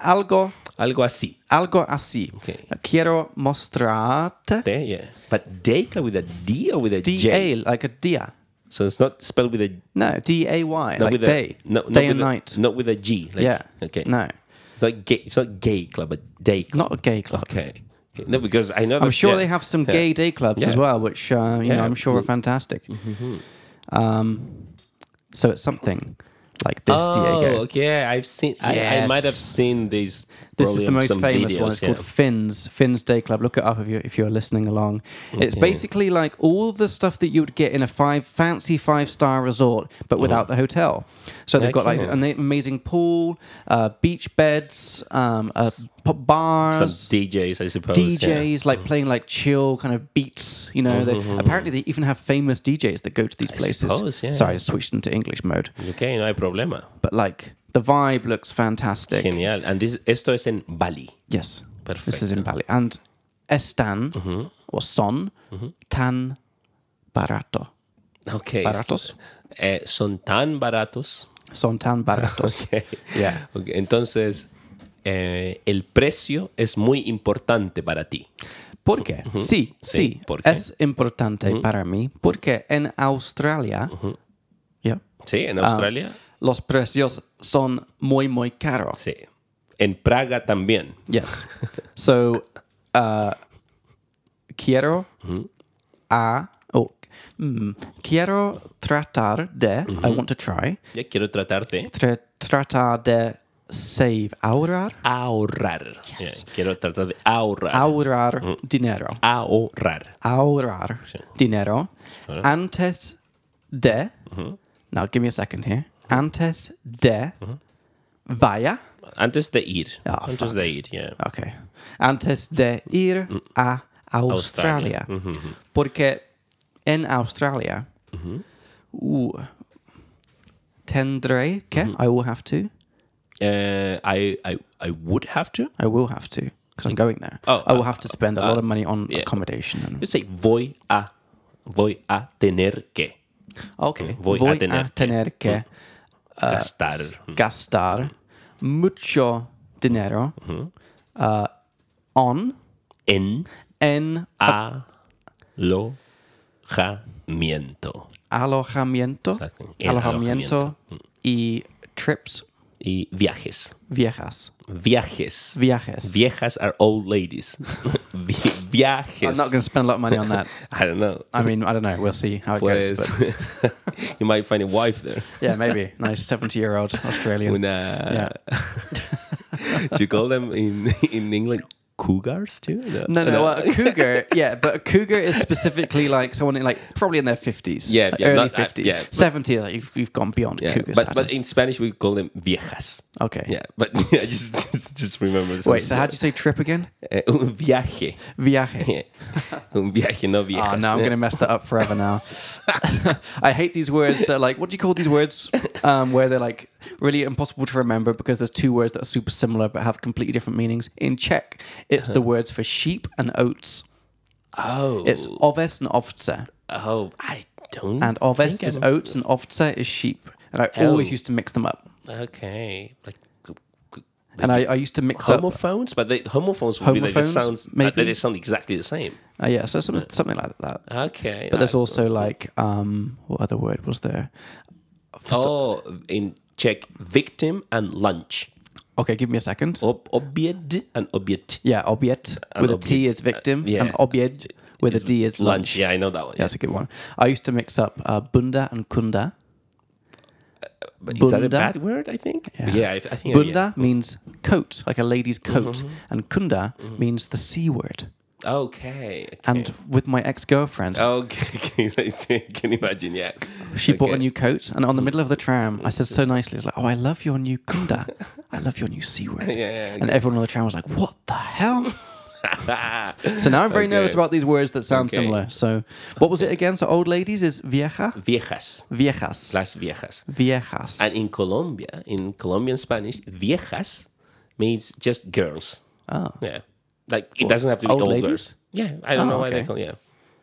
Speaker 1: Algo,
Speaker 2: Algo así.
Speaker 1: algo así.
Speaker 2: Okay.
Speaker 1: Quiero mostrarte.
Speaker 2: Day, eh, yeah. But day club with a D or with a J?
Speaker 1: D-A, like a dia.
Speaker 2: So it's not spelled with a
Speaker 1: No, D-A-Y,
Speaker 2: not
Speaker 1: like
Speaker 2: with a-
Speaker 1: day.
Speaker 2: no, not
Speaker 1: day
Speaker 2: with
Speaker 1: and
Speaker 2: a-
Speaker 1: night.
Speaker 2: Not with a G. Like,
Speaker 1: yeah.
Speaker 2: Okay.
Speaker 1: No,
Speaker 2: It's not gay. It's not gay club, but day club.
Speaker 1: not a gay club.
Speaker 2: Okay. Okay. No, because I know.
Speaker 1: I'm sure they have some gay day clubs as
Speaker 2: Yeah.
Speaker 1: well, which uh, you
Speaker 2: Yeah. Mm-hmm.
Speaker 1: know I'm sure are fantastic. Um, so it's something like this,
Speaker 2: Oh,
Speaker 1: Diego.
Speaker 2: okay. I've seen. I, I might have
Speaker 1: Yes.
Speaker 2: seen these.
Speaker 1: This is
Speaker 2: probably
Speaker 1: the most
Speaker 2: some
Speaker 1: famous
Speaker 2: videos,
Speaker 1: one. It's
Speaker 2: yeah.
Speaker 1: called Finn's Finn's Day Club. Look it up if you if you're listening along.
Speaker 2: Mm-hmm.
Speaker 1: It's basically like all the stuff that you would get in a five fancy five star resort, but without the hotel. So they've got like an
Speaker 2: Mm-hmm. Excellent.
Speaker 1: amazing pool, uh, beach beds, um, uh, p-
Speaker 2: some
Speaker 1: bars.
Speaker 2: DJs, I suppose. yeah. Mm-hmm.
Speaker 1: DJs like playing like chill kind of beats, you know. They, apparently, they even have famous DJs that go to these places.
Speaker 2: suppose, yeah.
Speaker 1: Sorry, I switched into English mode,
Speaker 2: Okay, no hay problema.
Speaker 1: but like the vibe looks fantastic.
Speaker 2: Genial. And this, esto es en Bali.
Speaker 1: Yes. This is
Speaker 2: Perfecto. Mm-hmm.
Speaker 1: in Bali. And estan or son tan barato.
Speaker 2: Okay.
Speaker 1: ¿Baratos?
Speaker 2: Eh, son tan baratos.
Speaker 1: Son tan baratos.
Speaker 2: Okay.
Speaker 1: Yeah.
Speaker 2: Ok, Entonces, eh, el precio es muy importante para ti.
Speaker 1: Porque sí, sí,
Speaker 2: Mm-hmm. Sí, ¿por qué? Mm-hmm.
Speaker 1: es importante para mí porque en Australia yeah,
Speaker 2: ¿Sí?
Speaker 1: Ah.
Speaker 2: En Australia.
Speaker 1: los precios son muy, muy caros.
Speaker 2: sí. En Praga también.
Speaker 1: Yes. So, uh, quiero
Speaker 2: Mm-hmm.
Speaker 1: a. Oh, mm, quiero tratar de. I
Speaker 2: Mm-hmm.
Speaker 1: want to try.
Speaker 2: Ya quiero tratarte.
Speaker 1: Tra- tratar de save, ahorrar.
Speaker 2: Ahorrar. Ya, quiero tratar de ahorrar.
Speaker 1: Ahorrar
Speaker 2: Mm.
Speaker 1: dinero.
Speaker 2: ahorrar.
Speaker 1: Ahorrar dinero. Antes de.
Speaker 2: Mm-hmm.
Speaker 1: Now, give me a second here. Antes de.
Speaker 2: Mm-hmm.
Speaker 1: Vaya.
Speaker 2: Antes de ir.
Speaker 1: Ah,
Speaker 2: Antes
Speaker 1: fuck.
Speaker 2: de ir, ya.
Speaker 1: Okay. Antes de ir a Australia.
Speaker 2: Mm. Australia. Mm-hmm,
Speaker 1: Porque en Australia
Speaker 2: Mm-hmm.
Speaker 1: uh, tendré que,
Speaker 2: Mm-hmm.
Speaker 1: I will have to,
Speaker 2: Eh, I, I, I would have to.
Speaker 1: I will have to, because I'm going there.
Speaker 2: Oh,
Speaker 1: I will
Speaker 2: uh,
Speaker 1: have to spend a lot of money on accommodation.
Speaker 2: Yo
Speaker 1: And,
Speaker 2: sé, voy a, voy a tener que
Speaker 1: okay.
Speaker 2: voy a tener que.
Speaker 1: que
Speaker 2: Mm.
Speaker 1: Ah,
Speaker 2: gastar
Speaker 1: gastar mucho dinero
Speaker 2: Mm-hmm.
Speaker 1: uh, on,
Speaker 2: en
Speaker 1: en
Speaker 2: alojamiento.
Speaker 1: alojamiento,
Speaker 2: Exacto. El
Speaker 1: alojamiento y trips
Speaker 2: Y viajes.
Speaker 1: viejas.
Speaker 2: Viajes.
Speaker 1: Viajes.
Speaker 2: Viejas are old ladies. Vi-
Speaker 1: I'm
Speaker 2: viajes.
Speaker 1: not going to spend a lot of money on that.
Speaker 2: I don't know.
Speaker 1: I mean, I don't know. We'll see how it
Speaker 2: Pues,
Speaker 1: goes. But
Speaker 2: you might find a wife there.
Speaker 1: yeah, maybe. Nice 70 year old Australian.
Speaker 2: Una, Do you call them in, in England cougars too?
Speaker 1: No, no, well, a cougar, yeah, but a cougar is specifically like someone in like probably in their 50s.
Speaker 2: Yeah,
Speaker 1: like
Speaker 2: yeah,
Speaker 1: early
Speaker 2: not- uh,
Speaker 1: 50s.
Speaker 2: yeah, but-
Speaker 1: 70, like you've, you've gone beyond
Speaker 2: Yeah,
Speaker 1: cougar
Speaker 2: but,
Speaker 1: status.
Speaker 2: but in Spanish we call them viejas.
Speaker 1: okay.
Speaker 2: Yeah, but I just just, just remember.
Speaker 1: Wait, so how do you say trip again?
Speaker 2: Eh, un viaje.
Speaker 1: Viaje.
Speaker 2: Yeah. un viaje, no viejas.
Speaker 1: Oh, no, I'm going to mess that up forever now. I hate these words. They're like, what do you call these words? Um, where they're like really impossible to remember because there's two words that are super similar but have completely different meanings. In Czech, it's
Speaker 2: Uh-huh.
Speaker 1: the words for sheep and oats.
Speaker 2: Oh,
Speaker 1: It's oves and ovce.
Speaker 2: oh, I don't.
Speaker 1: And oves
Speaker 2: think I
Speaker 1: is
Speaker 2: know.
Speaker 1: oats and ovce is sheep. And I always
Speaker 2: Oh.
Speaker 1: used to mix them up.
Speaker 2: Okay, like g- g-
Speaker 1: And I, I used to mix up.
Speaker 2: homophones, but they, homophones would be like they
Speaker 1: Homophones,
Speaker 2: sounds.
Speaker 1: maybe?
Speaker 2: Maybe. They sound exactly the same.
Speaker 1: Uh, yeah, so something, something like that.
Speaker 2: Okay,
Speaker 1: But there's
Speaker 2: I-
Speaker 1: also like, um, what other word was there?
Speaker 2: oh in Czech victim and lunch.
Speaker 1: Okay, give me a second.
Speaker 2: Ob- objed and object.
Speaker 1: Yeah, obiet with a T
Speaker 2: obiet,
Speaker 1: is victim,
Speaker 2: uh, yeah.
Speaker 1: and obiet with a D is lunch.
Speaker 2: Yeah, I know that one.
Speaker 1: Yeah, that's a good one. I used to mix up uh, bunda and kunda.
Speaker 2: But Is that a
Speaker 1: Bunda.
Speaker 2: bad word? I think. Yeah, I, I think.
Speaker 1: Bunda
Speaker 2: Yeah. Mm-hmm.
Speaker 1: means coat, like a lady's coat, and kunda means the c word.
Speaker 2: Okay. Oh, okay.
Speaker 1: And with my ex girlfriend,
Speaker 2: Okay, can you imagine? Yeah,
Speaker 1: She bought a
Speaker 2: Okay. Mm-hmm.
Speaker 1: new coat, and on the middle of the tram, I said so nicely, it's like, "Oh, I love your new kunda. I love your new c word."
Speaker 2: Yeah, yeah,
Speaker 1: and everyone on the tram was like, "What the hell?"
Speaker 2: so
Speaker 1: So now I'm very nervous about these words that sound
Speaker 2: Okay.
Speaker 1: similar. So, what was it again? So, old ladies is vieja,
Speaker 2: viejas,
Speaker 1: viejas,
Speaker 2: las viejas.
Speaker 1: viejas.
Speaker 2: And in Colombia, in Colombian Spanish, viejas means just girls.
Speaker 1: Oh,
Speaker 2: Yeah. Like it doesn't have to be
Speaker 1: old
Speaker 2: old,
Speaker 1: ladies?
Speaker 2: girls. Yeah, I don't
Speaker 1: Oh,
Speaker 2: know why they
Speaker 1: okay.
Speaker 2: call yeah.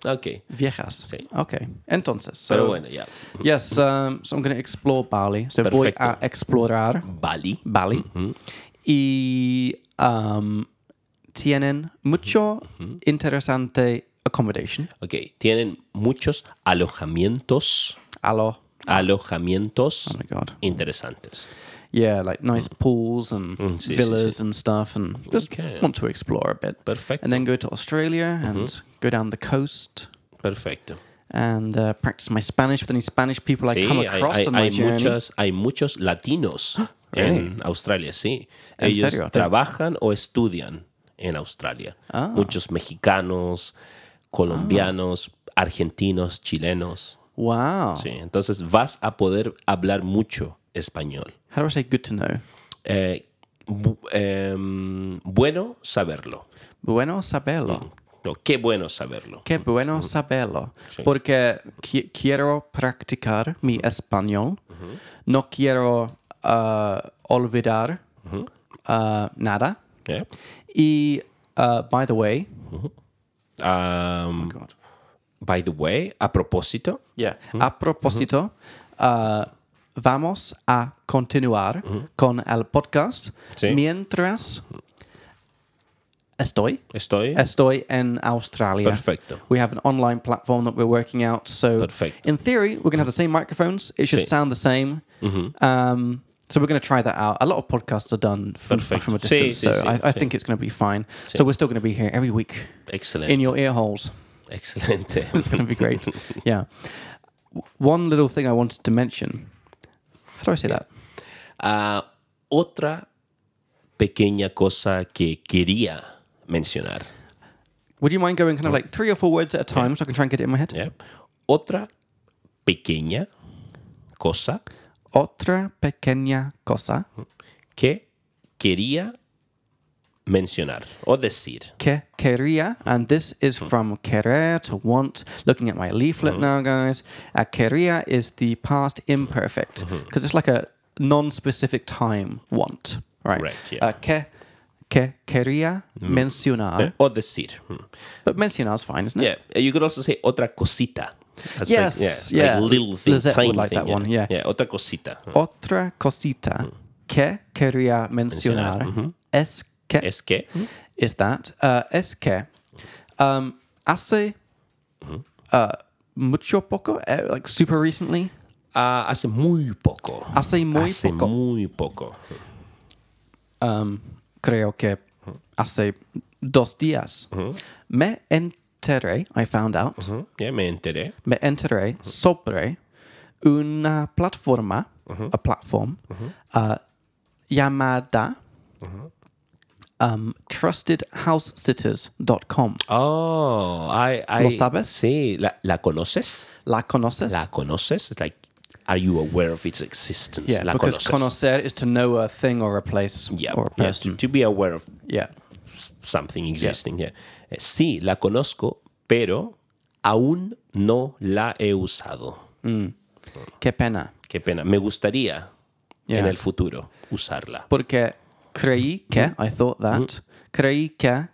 Speaker 2: Okay.
Speaker 1: viejas.
Speaker 2: Sí.
Speaker 1: Okay. Entonces, so
Speaker 2: Pero bueno, yeah.
Speaker 1: yes, um, so I'm going to explore Bali. So voy a
Speaker 2: Perfecto.
Speaker 1: explorar
Speaker 2: Bali.
Speaker 1: Bali. Y um, tienen mucho interesante accommodation.
Speaker 2: Ok, tienen muchos alojamientos,
Speaker 1: Alo.
Speaker 2: alojamientos
Speaker 1: Oh my god.
Speaker 2: interesantes.
Speaker 1: Yeah, like nice pools and
Speaker 2: Mm, sí, sí,
Speaker 1: villas and stuff, and just
Speaker 2: Okay.
Speaker 1: want to explore a bit.
Speaker 2: Perfecto.
Speaker 1: And then go to Australia and go down the coast
Speaker 2: Perfecto.
Speaker 1: and uh, practice my Spanish with any Spanish people I
Speaker 2: Sí,
Speaker 1: come
Speaker 2: hay,
Speaker 1: across
Speaker 2: hay-
Speaker 1: on my
Speaker 2: hay
Speaker 1: journey. ¿Eh?
Speaker 2: muchos, hay muchos latinos en Australia, sí.
Speaker 1: ¿En
Speaker 2: Ellos
Speaker 1: serio?
Speaker 2: trabajan o estudian en Australia.
Speaker 1: Ah.
Speaker 2: Muchos mexicanos, colombianos, argentinos, chilenos.
Speaker 1: Wow.
Speaker 2: Sí, entonces vas a poder hablar mucho español.
Speaker 1: How do I say good to know?
Speaker 2: Eh, bu- em, bueno saberlo.
Speaker 1: Bueno saberlo.
Speaker 2: No, qué bueno saberlo.
Speaker 1: Qué bueno saberlo. Porque qui- quiero practicar mi español. No quiero uh, olvidar uh, nada.
Speaker 2: ¿Eh?
Speaker 1: Y, uh, by the way, Oh
Speaker 2: Um,
Speaker 1: God.
Speaker 2: by the way, a propósito,
Speaker 1: Yeah. A propósito, uh, vamos a continuar con el podcast
Speaker 2: Sí.
Speaker 1: mientras estoy
Speaker 2: estoy
Speaker 1: estoy en Australia.
Speaker 2: perfecto.
Speaker 1: We have an online platform that we're working out, so
Speaker 2: Perfecto.
Speaker 1: in theory we're gonna have the same microphones. It should
Speaker 2: Sí.
Speaker 1: sound the same.
Speaker 2: Mm-hmm.
Speaker 1: Um, so we're going to try that out. A lot of podcasts are done from,
Speaker 2: Perfecto.
Speaker 1: from a
Speaker 2: Sí,
Speaker 1: distance,
Speaker 2: sí,
Speaker 1: so
Speaker 2: sí,
Speaker 1: I, I
Speaker 2: sí.
Speaker 1: think it's going to be fine. So we're still going to be here every week
Speaker 2: Excelente.
Speaker 1: in your ear holes.
Speaker 2: Excelente.
Speaker 1: It's going to be great. yeah. W- One little thing I wanted to mention. How do I say that?
Speaker 2: Ah, otra pequeña cosa que quería mencionar.
Speaker 1: Would you mind going kind of like three or four words at a time so I can try and get it in my head?
Speaker 2: ¿ya? Otra pequeña cosa
Speaker 1: Otra pequeña cosa
Speaker 2: que quería mencionar o decir.
Speaker 1: que quería, and this is from querer to want. Looking at my leaflet now, guys. Uh, quería is the past imperfect because it's like a non-specific time want, right?
Speaker 2: Correct, yeah.
Speaker 1: Uh, que que quería mencionar,
Speaker 2: O decir. Mm.
Speaker 1: but mencionar is fine, isn't it?
Speaker 2: Yeah, you could also say otra cosita. That's
Speaker 1: Yes, yeah.
Speaker 2: Like little thing,
Speaker 1: Lizette would
Speaker 2: tiny
Speaker 1: like
Speaker 2: thing,
Speaker 1: that one, yeah. Hmm.
Speaker 2: otra cosita.
Speaker 1: Otra cosita que quería mencionar es que
Speaker 2: Es que
Speaker 1: Hmm. is that uh, es que um, hace uh, mucho poco, uh, like super recently,
Speaker 2: ah, hace muy poco.
Speaker 1: hace muy
Speaker 2: hace
Speaker 1: poco,
Speaker 2: muy poco.
Speaker 1: um, creo que hace dos días,
Speaker 2: Mhm.
Speaker 1: me enteré, I found out,
Speaker 2: Ujú, Ya me enteré.
Speaker 1: me enteré sobre una plataforma,
Speaker 2: Mhm.
Speaker 1: a platform, uh, llamada
Speaker 2: Mhm.
Speaker 1: um, trustedhousesitters.com.
Speaker 2: Oh, I, I,
Speaker 1: ¿Lo sabes?
Speaker 2: Sí, la, la conoces.
Speaker 1: ¿La conoces?
Speaker 2: La conoces. It's like, are you aware of its existence?
Speaker 1: Yeah,
Speaker 2: la
Speaker 1: because
Speaker 2: conoces.
Speaker 1: conocer is to know a thing or a place
Speaker 2: Yeah,
Speaker 1: or a
Speaker 2: yeah, to,
Speaker 1: person.
Speaker 2: to be aware of
Speaker 1: Yeah.
Speaker 2: something existing. yeah. Eh, Sí, la conozco, pero aún no la he usado.
Speaker 1: Qué pena.
Speaker 2: Qué pena. Me gustaría
Speaker 1: Yeah.
Speaker 2: en el futuro usarla.
Speaker 1: Porque creí que,
Speaker 2: Mm-hmm.
Speaker 1: I thought that. Creí que.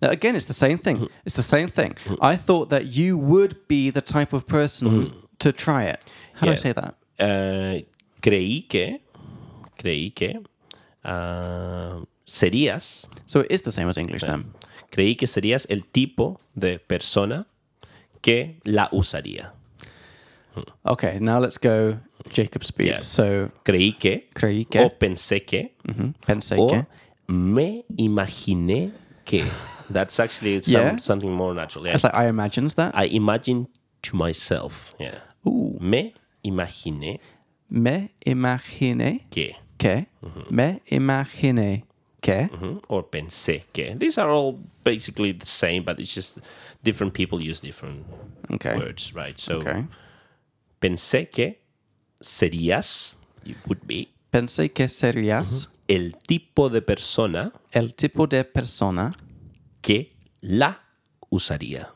Speaker 1: Now, again, it's the same thing.
Speaker 2: Mm-hmm.
Speaker 1: It's the same thing. I thought that you would be the type of person to try it. How do I
Speaker 2: Mm-hmm. Yeah.
Speaker 1: say that?
Speaker 2: Eh, creí que, creí que ah, serías,
Speaker 1: So it is the same as English then.
Speaker 2: creí que serías el tipo de persona que la usaría.
Speaker 1: Okay, now let's go Jacob Speed.
Speaker 2: Yeah.
Speaker 1: So,
Speaker 2: Creí que,
Speaker 1: creí que,
Speaker 2: o pensé que,
Speaker 1: mhm, pensé
Speaker 2: o
Speaker 1: que.
Speaker 2: me imaginé que. That's actually some-
Speaker 1: Yeah.
Speaker 2: something more natural. yeah.
Speaker 1: It's like I imagined that.
Speaker 2: I imagine to myself. yeah. Me imaginé
Speaker 1: Me imaginé
Speaker 2: que.
Speaker 1: que.
Speaker 2: Mm-hmm.
Speaker 1: Me imaginé que.
Speaker 2: Mhm. or pensé que. These are all basically the
Speaker 1: Eh.
Speaker 2: same, but it's just different people use different
Speaker 1: Okay.
Speaker 2: words, right? So
Speaker 1: Okay.
Speaker 2: Pensé que serías, you would be,
Speaker 1: Pensé que
Speaker 2: Mm-hmm.
Speaker 1: serías
Speaker 2: el tipo de persona
Speaker 1: el tipo de persona
Speaker 2: que la usaría.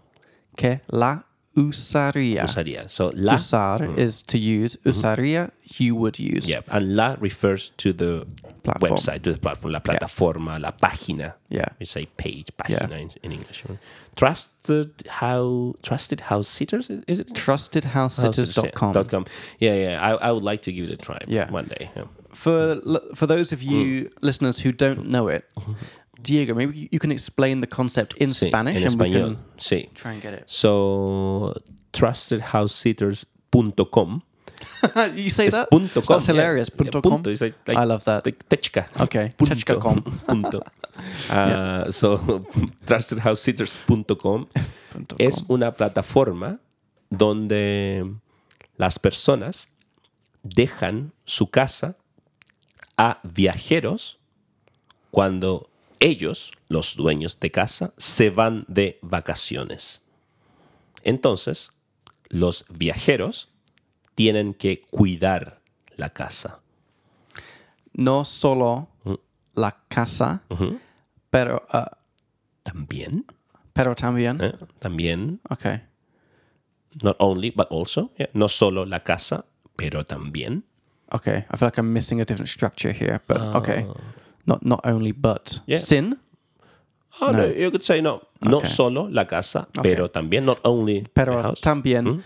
Speaker 1: que la usaría.
Speaker 2: Usaría. So la.
Speaker 1: Usar is to use. Usaría, you would use.
Speaker 2: Hmm. Mm-hmm. Yeah, and la refers to the
Speaker 1: Platform.
Speaker 2: website, to the platform, la plataforma, la página.
Speaker 1: Yeah.
Speaker 2: We say page, página in, in English. right? Trusted how trusted house sitters is is it?
Speaker 1: TrustedHouseSitters.com.
Speaker 2: Dot com. Yeah, yeah. I, I would like to give it a try
Speaker 1: Yeah.
Speaker 2: one day. yeah. Mm.
Speaker 1: For l- for those of you listeners who don't know it, Diego, maybe you- you can explain the concept in
Speaker 2: Mm-hmm. Sí,
Speaker 1: Spanish,
Speaker 2: en
Speaker 1: and we
Speaker 2: español.
Speaker 1: can
Speaker 2: Sí.
Speaker 1: try and get it.
Speaker 2: So trustedhousesitters.com.
Speaker 1: you say
Speaker 2: It's
Speaker 1: that?
Speaker 2: punto com.
Speaker 1: That's hilarious.
Speaker 2: Yeah.
Speaker 1: Punto
Speaker 2: Yeah,
Speaker 1: com.
Speaker 2: Punto. It's like, like
Speaker 1: I love that.
Speaker 2: Like techka.
Speaker 1: Okay, techka com.
Speaker 2: Ah, punto. Uh, So, trustedhousesitters.com
Speaker 1: Punto
Speaker 2: es una plataforma donde las personas dejan su casa a viajeros cuando ellos, los dueños de casa, se van de vacaciones. Entonces, los viajeros tienen que cuidar la casa.
Speaker 1: No solo
Speaker 2: Mm.
Speaker 1: la casa, pero uh,
Speaker 2: También,
Speaker 1: pero también.
Speaker 2: ¿eh? también,
Speaker 1: Okay.
Speaker 2: not only, but also, yeah, no solo la casa, pero también.
Speaker 1: Okay. I feel like I'm missing a different structure here, but okay. Not not only but
Speaker 2: Ah. Yeah.
Speaker 1: sin,
Speaker 2: Oh, no. you could say no. No
Speaker 1: Okay.
Speaker 2: solo la casa, pero también, not only the
Speaker 1: pero
Speaker 2: house.
Speaker 1: también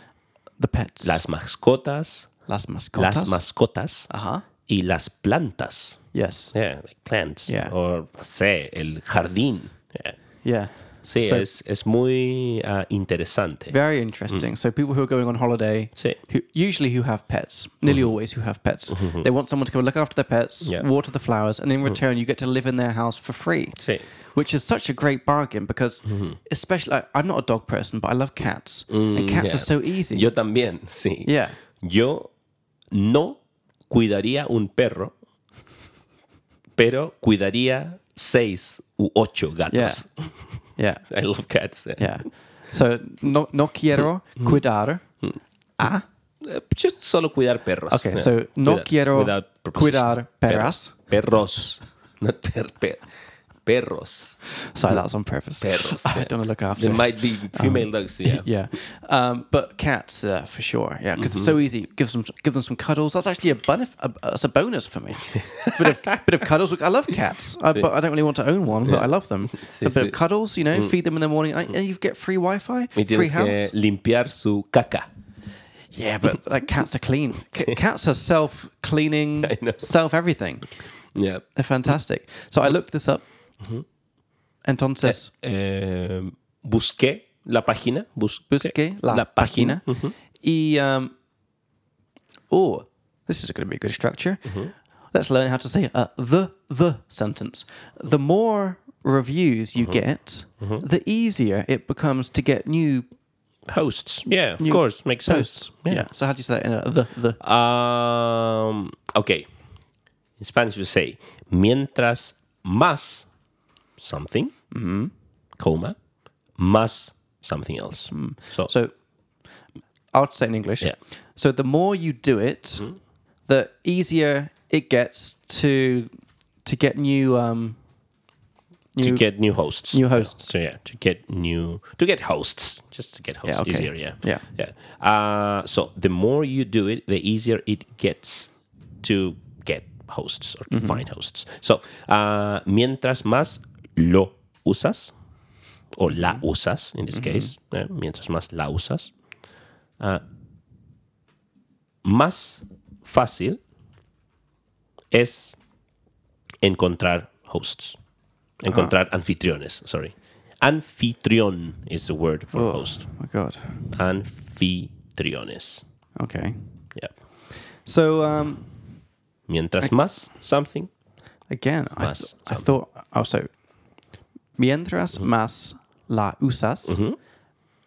Speaker 1: the pets,
Speaker 2: Hmm? las mascotas,
Speaker 1: las mascotas.
Speaker 2: las mascotas
Speaker 1: Ajá.
Speaker 2: y las plantas.
Speaker 1: Yes.
Speaker 2: Yeah, like plants.
Speaker 1: Yeah.
Speaker 2: O, no sé, el jardín. Yeah.
Speaker 1: Yeah.
Speaker 2: Sí,
Speaker 1: So-
Speaker 2: es, Hmm. es muy ah, interesante.
Speaker 1: Very interesting. So people who are going on holiday,
Speaker 2: Sí.
Speaker 1: who, usually who have pets, nearly
Speaker 2: Hmm.
Speaker 1: always who have pets, they want someone to come and look after their pets,
Speaker 2: Yeah. Hmm.
Speaker 1: water the flowers, and in return you get to live in their house for free.
Speaker 2: Sí.
Speaker 1: Which is such a great bargain because,
Speaker 2: Hmm,
Speaker 1: especially, like, I'm not a dog person, but I love cats, and cats
Speaker 2: Mm, yeah.
Speaker 1: are so easy.
Speaker 2: Yo también, sí.
Speaker 1: Yeah.
Speaker 2: Yo no cuidaría un perro, pero cuidaría seis u ocho
Speaker 1: Yeah.
Speaker 2: gatos.
Speaker 1: yeah.
Speaker 2: I love cats. yeah.
Speaker 1: Yeah. So no, no quiero
Speaker 2: Mm-hmm.
Speaker 1: cuidar.
Speaker 2: Eh, just solo cuidar perros.
Speaker 1: Okay,
Speaker 2: Yeah.
Speaker 1: so no
Speaker 2: Cuidar-
Speaker 1: quiero
Speaker 2: without preposition.
Speaker 1: cuidar perras.
Speaker 2: Perros. Not per- per- perros.
Speaker 1: Sorry, that was on purpose.
Speaker 2: Perros,
Speaker 1: I
Speaker 2: yeah.
Speaker 1: don't want to look after.
Speaker 2: There might be female dogs, yeah.
Speaker 1: yeah, um, but cats uh, for sure. Yeah, because it's so
Speaker 2: Mm-hmm.
Speaker 1: easy. Give them give them some cuddles. That's actually a benefit. A, it's a bonus for me. bit of bit of cuddles. Look, I love cats, I, but I don't really want to own one. But I love them.
Speaker 2: Sí,
Speaker 1: a bit
Speaker 2: sí.
Speaker 1: of cuddles. You know,
Speaker 2: Mm.
Speaker 1: feed them in the morning, and and you get free Wi-Fi,
Speaker 2: Y
Speaker 1: free
Speaker 2: tienes
Speaker 1: house.
Speaker 2: que limpiar su caca.
Speaker 1: Yeah, but like cats are clean. C- cats are self cleaning,
Speaker 2: I know.
Speaker 1: self everything.
Speaker 2: Yeah.
Speaker 1: They're fantastic. So I looked this up. Mm-hmm. Entonces
Speaker 2: Eh, busqué la página. Busqué,
Speaker 1: busqué eh, la, página. Mm-hmm. Y um, oh, this is going to be a good structure. Let's learn how to say uh, the the sentence. The more reviews you get, the easier it becomes to get new
Speaker 2: Hosts. Yeah, of course. Makes sense.
Speaker 1: posts. So how do you say that in a, the the?
Speaker 2: Um, ok. In Spanish you say, mientras más something, coma, más something else. So,
Speaker 1: So I'll say in English.
Speaker 2: Yeah. Mm-hmm.
Speaker 1: So the more you do it, the easier it gets to to get new um
Speaker 2: to
Speaker 1: new
Speaker 2: get new hosts.
Speaker 1: new hosts.
Speaker 2: So yeah, to get new, to get hosts, just to get hosts
Speaker 1: Yeah, okay.
Speaker 2: easier. Yeah,
Speaker 1: Yeah.
Speaker 2: yeah. Uh, so the more you do it, the easier it gets to get hosts or to
Speaker 1: Mm-hmm.
Speaker 2: find hosts. So uh, mientras más lo usas or la
Speaker 1: Mm-hmm.
Speaker 2: usas in this case, yeah, mientras más la usas, uh, más fácil es encontrar hosts. Encontrar anfitriones, sorry. Anfitrión is the word for host.
Speaker 1: Oh, my god.
Speaker 2: Anfitriones.
Speaker 1: Okay.
Speaker 2: Yeah.
Speaker 1: So um
Speaker 2: Mientras más something,
Speaker 1: again, I,
Speaker 2: Mas,
Speaker 1: th- I thought also mientras
Speaker 2: Mm-hmm.
Speaker 1: más la usas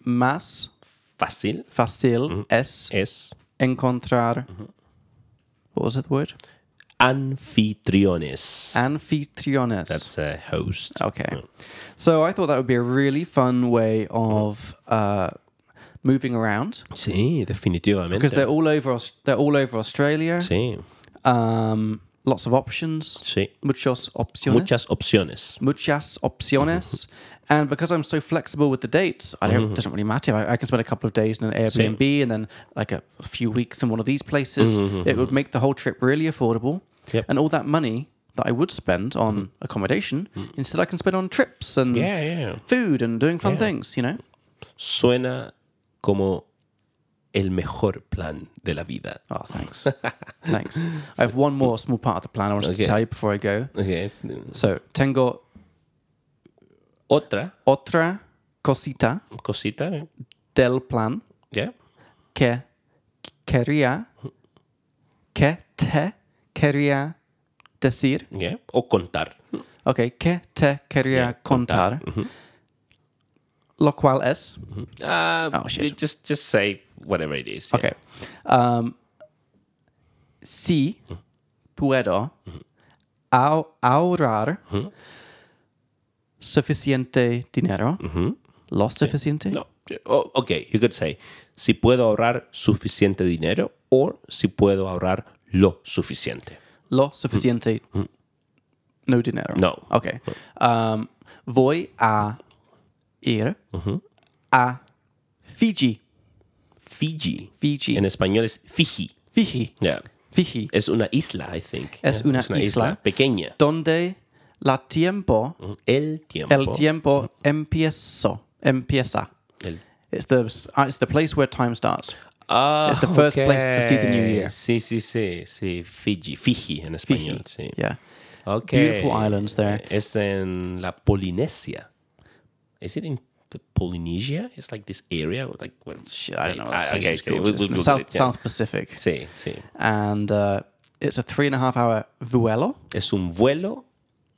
Speaker 1: más
Speaker 2: fácil
Speaker 1: fácil
Speaker 2: Mm-hmm.
Speaker 1: es
Speaker 2: es
Speaker 1: encontrar
Speaker 2: Mm-hmm.
Speaker 1: what was it word?
Speaker 2: anfitriones.
Speaker 1: Ah. Anfitriones.
Speaker 2: That's a host.
Speaker 1: Ah. Okay. So I thought that would be a really fun way of uh, moving around
Speaker 2: Sí, definitivamente.
Speaker 1: because they're all over Aus- they're all over Australia.
Speaker 2: Sí,
Speaker 1: Um, lots of options.
Speaker 2: sí.
Speaker 1: Muchos opciones.
Speaker 2: Muchas opciones.
Speaker 1: muchas opciones. And because I'm so flexible with the dates, I
Speaker 2: Mm-hmm.
Speaker 1: don't, it doesn't really matter. I, I can spend a couple of days in an Airbnb and then like a, a few weeks in one of these places. It would make the whole trip really affordable.
Speaker 2: Mm-hmm, Yep. Mm-hmm.
Speaker 1: And all that money that I would spend on accommodation, instead I can spend on trips and
Speaker 2: Mm. Yeah, yeah.
Speaker 1: food and doing fun
Speaker 2: Yeah.
Speaker 1: things, you know?
Speaker 2: Suena como el mejor plan de la vida.
Speaker 1: Oh, thanks. thanks. I have one more small part of the plan I wanted
Speaker 2: Okay.
Speaker 1: to tell you before I go.
Speaker 2: Ok.
Speaker 1: So, tengo
Speaker 2: Otra
Speaker 1: otra cosita
Speaker 2: cosita, ¿eh?
Speaker 1: del plan.
Speaker 2: ¿ya?
Speaker 1: que quería que te quería decir.
Speaker 2: ¿Ya? O contar.
Speaker 1: Ok, que te quería contar.
Speaker 2: Mm-hmm.
Speaker 1: Lo cual es.
Speaker 2: Ah,
Speaker 1: Oh, shit.
Speaker 2: you Just, just say whatever it is.
Speaker 1: Ok. Um, si puedo au- ahorrar suficiente dinero. ¿Lo suficiente?
Speaker 2: No. Oh, ok, you could say, si puedo ahorrar suficiente dinero o si puedo ahorrar lo suficiente.
Speaker 1: Lo suficiente. No dinero.
Speaker 2: No.
Speaker 1: Ok. Um, voy a ir a Fiji.
Speaker 2: Fiji.
Speaker 1: Fiji.
Speaker 2: En español es Fiji.
Speaker 1: Fiji.
Speaker 2: Yeah.
Speaker 1: Fiji.
Speaker 2: Es una isla, I think.
Speaker 1: Es
Speaker 2: Yeah,
Speaker 1: una isla.
Speaker 2: pequeña.
Speaker 1: Donde la tiempo,
Speaker 2: El tiempo.
Speaker 1: el tiempo empiezo, empieza.
Speaker 2: El-
Speaker 1: It's the, uh, it's the place where time starts.
Speaker 2: Ah,
Speaker 1: It's the first place to see the new
Speaker 2: ok.
Speaker 1: year.
Speaker 2: Sí, sí, sí, sí. Fiji. Fiji en español, sí.
Speaker 1: Yeah.
Speaker 2: Ok.
Speaker 1: Beautiful islands there.
Speaker 2: Es en la Polinesia. Is it in the Polynesia? It's like this area. Like, well,
Speaker 1: Shit, I don't know what
Speaker 2: Ah,
Speaker 1: that place
Speaker 2: okay,
Speaker 1: is
Speaker 2: okay,
Speaker 1: called.
Speaker 2: we'll-
Speaker 1: It's
Speaker 2: we'll
Speaker 1: in the
Speaker 2: Google
Speaker 1: South,
Speaker 2: it, yeah.
Speaker 1: South Pacific.
Speaker 2: Sí, sí.
Speaker 1: And uh, it's a three and a half hour vuelo.
Speaker 2: Es un vuelo.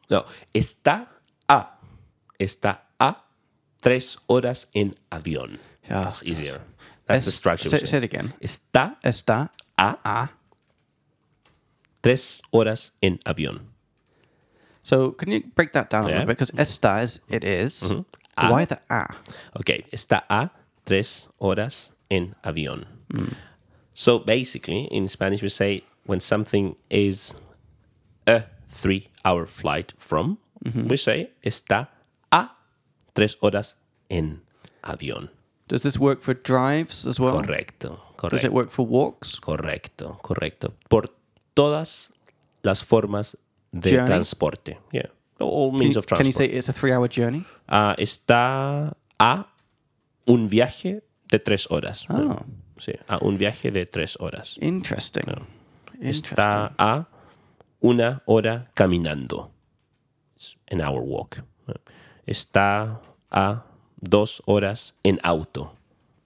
Speaker 2: No, está a. Está a tres horas en avión.
Speaker 1: Yeah.
Speaker 2: That's easier. That's the structure.
Speaker 1: Say, say it again.
Speaker 2: Está
Speaker 1: Está
Speaker 2: a
Speaker 1: a.
Speaker 2: tres horas en avión.
Speaker 1: So can you break that down a
Speaker 2: Yeah. Mm-hmm.
Speaker 1: little bit? Because esta is it is. Why the a?
Speaker 2: Ok, está a tres horas en avión. So basically, in Spanish, we say when something is a three hour flight from, we say está a tres horas en avión.
Speaker 1: Does this work for drives as well?
Speaker 2: Correcto,
Speaker 1: Does it
Speaker 2: correcto,
Speaker 1: work for walks?
Speaker 2: correcto, correcto. Por todas las formas de
Speaker 1: Journey?
Speaker 2: transporte. Yeah. All
Speaker 1: Can
Speaker 2: means
Speaker 1: you,
Speaker 2: of transport.
Speaker 1: can you say it's a three-hour journey?
Speaker 2: Ah, está a un viaje de tres horas.
Speaker 1: Oh,
Speaker 2: Sí, a un viaje de tres horas.
Speaker 1: interesting. Interesting.
Speaker 2: Está a una hora caminando. It's An hour walk. Está a dos horas en auto.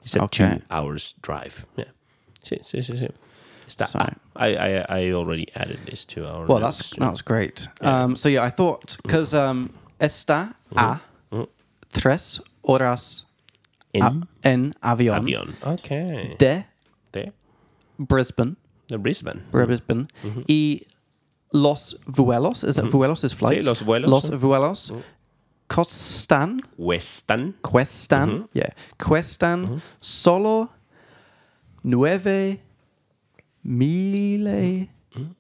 Speaker 2: It's a
Speaker 1: Ok.
Speaker 2: two hours drive. Yeah. Sí, sí, sí, sí. Está
Speaker 1: Sorry.
Speaker 2: a. I, I, I already added this to our
Speaker 1: Well,
Speaker 2: notes.
Speaker 1: that's that was great. Um, so yeah, I thought because um, esta a
Speaker 2: Mm-hmm.
Speaker 1: tres horas
Speaker 2: en
Speaker 1: en avión,
Speaker 2: Mm-hmm. avión. Ok.
Speaker 1: de
Speaker 2: De,
Speaker 1: Brisbane,
Speaker 2: de Brisbane.
Speaker 1: Brisbane, y los vuelos is it vuelos is flight?
Speaker 2: Mm-hmm. Sí, los vuelos,
Speaker 1: Los
Speaker 2: sí. Mm-hmm.
Speaker 1: vuelos costan
Speaker 2: Western.
Speaker 1: cuestan,
Speaker 2: Mm-hmm.
Speaker 1: yeah, cuestan solo nueve mil
Speaker 2: Mm-hmm.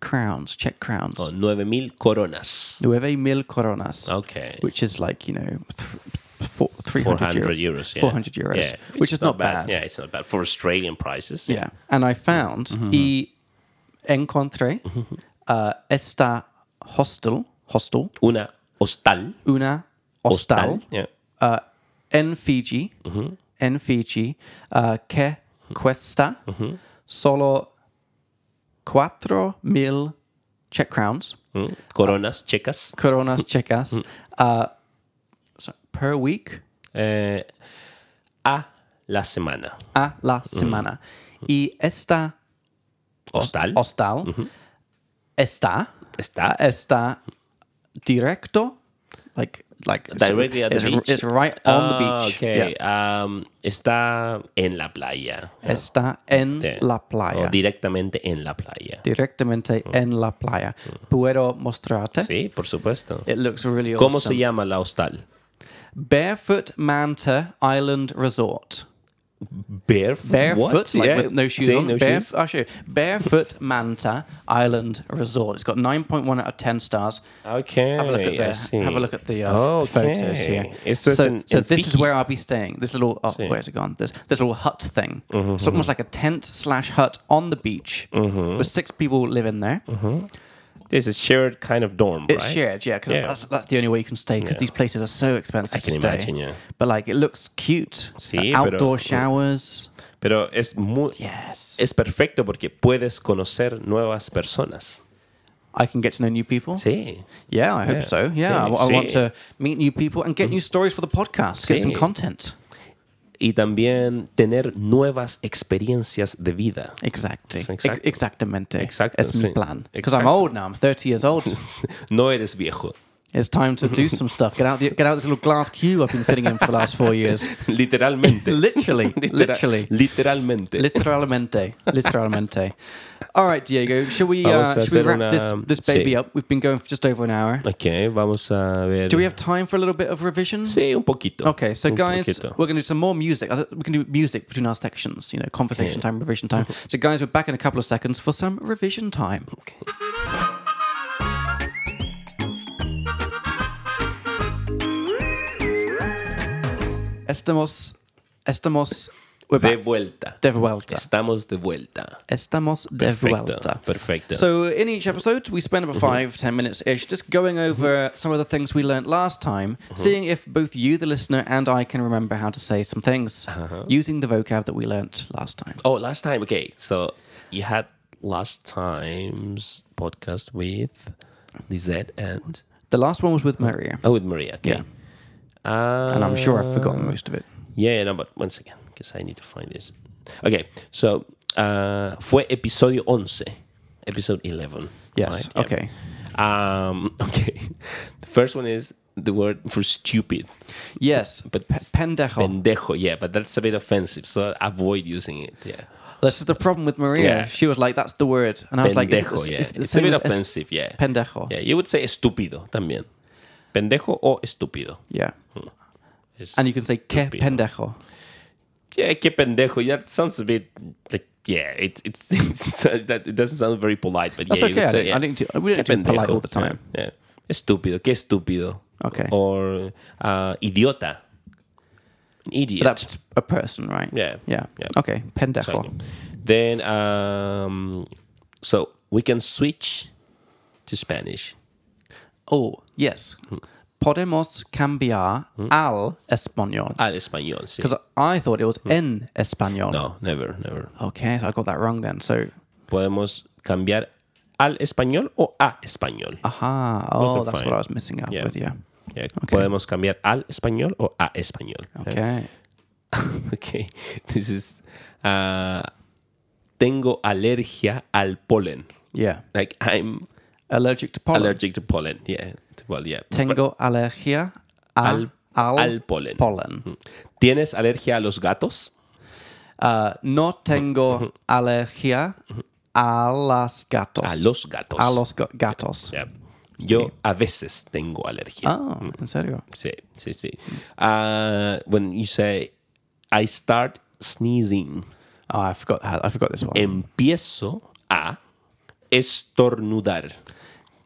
Speaker 1: crowns, Czech crowns,
Speaker 2: Con 9000 coronas.
Speaker 1: nueve mil coronas,
Speaker 2: Okay.
Speaker 1: which is like you know, th- four, 300
Speaker 2: 400
Speaker 1: euro-
Speaker 2: euros. Yeah.
Speaker 1: 400 euros,
Speaker 2: Yeah.
Speaker 1: which
Speaker 2: It's
Speaker 1: is not bad.
Speaker 2: Yeah, it's not bad for Australian prices.
Speaker 1: Yeah. and I found y encontré uh, esta hostel, hostel,
Speaker 2: Una hostal.
Speaker 1: una hostal, Mm-hmm.
Speaker 2: Yeah.
Speaker 1: uh, en Fiji, en Fiji, uh, que cuesta solo cuatro mil Czech crowns,
Speaker 2: Mm. Coronas checas.
Speaker 1: coronas checas, uh, so- per week
Speaker 2: Eh, a la semana.
Speaker 1: a la semana. Y esta
Speaker 2: Mm. Hostal. Ah.
Speaker 1: hostal está,
Speaker 2: Está.
Speaker 1: está directo, like, like it's-
Speaker 2: Directly at the
Speaker 1: it's,
Speaker 2: beach?
Speaker 1: it's right on the
Speaker 2: Ah,
Speaker 1: beach.
Speaker 2: Okay.
Speaker 1: Yeah.
Speaker 2: Um, está en la playa.
Speaker 1: Está en
Speaker 2: Yeah.
Speaker 1: la
Speaker 2: O
Speaker 1: playa.
Speaker 2: directamente en la playa.
Speaker 1: directamente en la playa. Puedo mostrarte.
Speaker 2: Mm. Sí, por supuesto.
Speaker 1: It looks really
Speaker 2: ¿Cómo se
Speaker 1: awesome.
Speaker 2: llama la hostal?
Speaker 1: Barefoot Manta Island Resort.
Speaker 2: barefoot.
Speaker 1: Barefoot,
Speaker 2: what?
Speaker 1: like
Speaker 2: Yeah,
Speaker 1: with no shoes
Speaker 2: see,
Speaker 1: on.
Speaker 2: no
Speaker 1: Bare-
Speaker 2: shoes.
Speaker 1: I'll show you. Barefoot Manta Island Resort. It's got 9.1 out of 10 stars.
Speaker 2: Okay.
Speaker 1: Have a look at
Speaker 2: I
Speaker 1: the,
Speaker 2: see. Oh,
Speaker 1: have a look at the, uh, the photos
Speaker 2: Okay.
Speaker 1: here.
Speaker 2: It's
Speaker 1: so
Speaker 2: just an-
Speaker 1: so
Speaker 2: an
Speaker 1: this is
Speaker 2: tiki.
Speaker 1: where I'll be staying. This little oh, where's it gone? This this little hut thing.
Speaker 2: Mm-hmm,
Speaker 1: It's almost like a tent slash hut on the beach,
Speaker 2: Mm-hmm.
Speaker 1: with six people live in there.
Speaker 2: This is shared kind of dorm,
Speaker 1: It's
Speaker 2: Mm-hmm. right?
Speaker 1: shared, yeah, because
Speaker 2: Yeah.
Speaker 1: that's, that's the only way you can stay because these places are so expensive
Speaker 2: I can
Speaker 1: to stay.
Speaker 2: imagine, yeah. uh,
Speaker 1: But like, it looks cute. Uh,
Speaker 2: Sí, pero-
Speaker 1: Outdoor showers.
Speaker 2: Pero es muy,
Speaker 1: Yes.
Speaker 2: es perfecto porque puedes conocer nuevas personas.
Speaker 1: I can get to know new people.
Speaker 2: Sí.
Speaker 1: Yeah, I hope
Speaker 2: Yeah. Mm-hmm.
Speaker 1: so. Yeah, I,
Speaker 2: Sí,
Speaker 1: I want
Speaker 2: sí.
Speaker 1: to meet new people and get new stories for the podcast. Get some
Speaker 2: Sí.
Speaker 1: content.
Speaker 2: Y también tener nuevas experiencias de vida.
Speaker 1: Exactly.
Speaker 2: Exacto.
Speaker 1: Ex- Exactamente.
Speaker 2: Exacto,
Speaker 1: Es mi
Speaker 2: sí.
Speaker 1: plan. Because I'm
Speaker 2: Exacto.
Speaker 1: old now. I'm 30 years old.
Speaker 2: No eres viejo.
Speaker 1: it's time to do some stuff. Get out the, get out this little glass cube I've been sitting in for the last four years.
Speaker 2: Literalmente.
Speaker 1: Literally,
Speaker 2: Litera-
Speaker 1: literally.
Speaker 2: Literalmente.
Speaker 1: Literalmente, literalmente. All right, Diego, shall we
Speaker 2: Vamos
Speaker 1: uh,
Speaker 2: a
Speaker 1: shall we
Speaker 2: hacer
Speaker 1: wrap
Speaker 2: una-
Speaker 1: this this baby
Speaker 2: sí.
Speaker 1: up? We've been going for just over an hour.
Speaker 2: ok, vamos a ver.
Speaker 1: Do we have time for a little bit of revision?
Speaker 2: Sí, un poquito.
Speaker 1: Okay, so
Speaker 2: Un
Speaker 1: guys,
Speaker 2: poquito.
Speaker 1: we're going to do some more music. I th- We can do music between our sections, you know, conversation time, revision time. So, guys, we're back in a couple of seconds for some revision time. Estamos, estamos, we're
Speaker 2: de
Speaker 1: back.
Speaker 2: vuelta.
Speaker 1: De vuelta.
Speaker 2: Estamos de vuelta.
Speaker 1: Estamos de vuelta.
Speaker 2: Perfecto. Mm-hmm.
Speaker 1: So in each episode, we spend about five, ten minutes ish, just going over some of the things we learnt last time,
Speaker 2: Mm-hmm.
Speaker 1: seeing if both you, the listener, and I can remember how to say some things
Speaker 2: Uh-huh.
Speaker 1: using the vocab that we learnt last time.
Speaker 2: oh, last time. Okay, so you had last time's podcast with Lizette and
Speaker 1: The last one was with Maria,
Speaker 2: oh, with Maria. Okay.
Speaker 1: Yeah.
Speaker 2: Uh,
Speaker 1: and I'm sure I've forgotten most of it.
Speaker 2: Yeah, no, but once again, because I need to find this. Okay, so uh, fue episodio 11, episode 11.
Speaker 1: Yes,
Speaker 2: right? Yeah.
Speaker 1: okay.
Speaker 2: Um, okay. The first one is the word for stupid.
Speaker 1: Yes, but
Speaker 2: But-
Speaker 1: pe- pendejo.
Speaker 2: Pendejo, yeah, but that's a bit offensive, so avoid using it. Yeah.
Speaker 1: That's just the problem with Maria.
Speaker 2: Yeah.
Speaker 1: She was like, "That's the word," and I was like, "Is it
Speaker 2: Pendejo,
Speaker 1: the-
Speaker 2: yeah.
Speaker 1: is it the
Speaker 2: it's a
Speaker 1: same
Speaker 2: bit
Speaker 1: as- as
Speaker 2: offensive, yeah.
Speaker 1: pendejo?"
Speaker 2: Yeah, you would say estúpido también. Pendejo o estúpido.
Speaker 1: Yeah.
Speaker 2: It's-
Speaker 1: And you can say que
Speaker 2: Stupid.
Speaker 1: pendejo.
Speaker 2: yeah, que pendejo. That sounds a bit like yeah. It, it's it's that it doesn't sound very polite, but
Speaker 1: That's
Speaker 2: yeah, you
Speaker 1: okay.
Speaker 2: would
Speaker 1: I
Speaker 2: say,
Speaker 1: didn't,
Speaker 2: yeah.
Speaker 1: I didn't do, we
Speaker 2: Qué
Speaker 1: didn't do polite
Speaker 2: pendejo.
Speaker 1: all the time.
Speaker 2: Yeah, yeah. Estúpido, qué estúpido.
Speaker 1: Okay.
Speaker 2: Or uh, idiota. Idiot.
Speaker 1: But that's a person, right?
Speaker 2: Yeah.
Speaker 1: Yeah.
Speaker 2: Yeah.
Speaker 1: Okay. Pendejo.
Speaker 2: Exactly. Then, um, so we can switch to Spanish.
Speaker 1: Oh, yes.
Speaker 2: Hmm.
Speaker 1: Podemos cambiar al español.
Speaker 2: Al español, sí.
Speaker 1: Because I thought it was en español.
Speaker 2: Hmm. No, never, never.
Speaker 1: Okay, so I got that wrong then. So,
Speaker 2: Podemos cambiar al español o a español.
Speaker 1: aha.
Speaker 2: Both
Speaker 1: Oh,
Speaker 2: are
Speaker 1: that's
Speaker 2: fine.
Speaker 1: what I was missing out
Speaker 2: Yeah.
Speaker 1: with, yeah.
Speaker 2: Yeah,
Speaker 1: Okay.
Speaker 2: Podemos cambiar al español o a español.
Speaker 1: Okay.
Speaker 2: okay. This is. Uh, tengo alergia al polen.
Speaker 1: Yeah.
Speaker 2: Like I'm
Speaker 1: Allergic to pollen.
Speaker 2: allergic to pollen. Yeah. Well, yeah.
Speaker 1: Tengo alergia a-
Speaker 2: Al-
Speaker 1: al,
Speaker 2: al Hmm. pollen.
Speaker 1: pollen.
Speaker 2: ¿Tienes alergia a los gatos?
Speaker 1: Uh, no
Speaker 2: Hmm.
Speaker 1: tengo alergia a las gatos.
Speaker 2: A los gatos.
Speaker 1: A los ga- gatos.
Speaker 2: Yeah. Hmm. Yo a veces tengo alergia.
Speaker 1: Oh, en serio.
Speaker 2: Sí, sí, sí. Uh, when you say I start sneezing,
Speaker 1: Oh, I forgot. how- I forgot this one.
Speaker 2: empiezo a estornudar.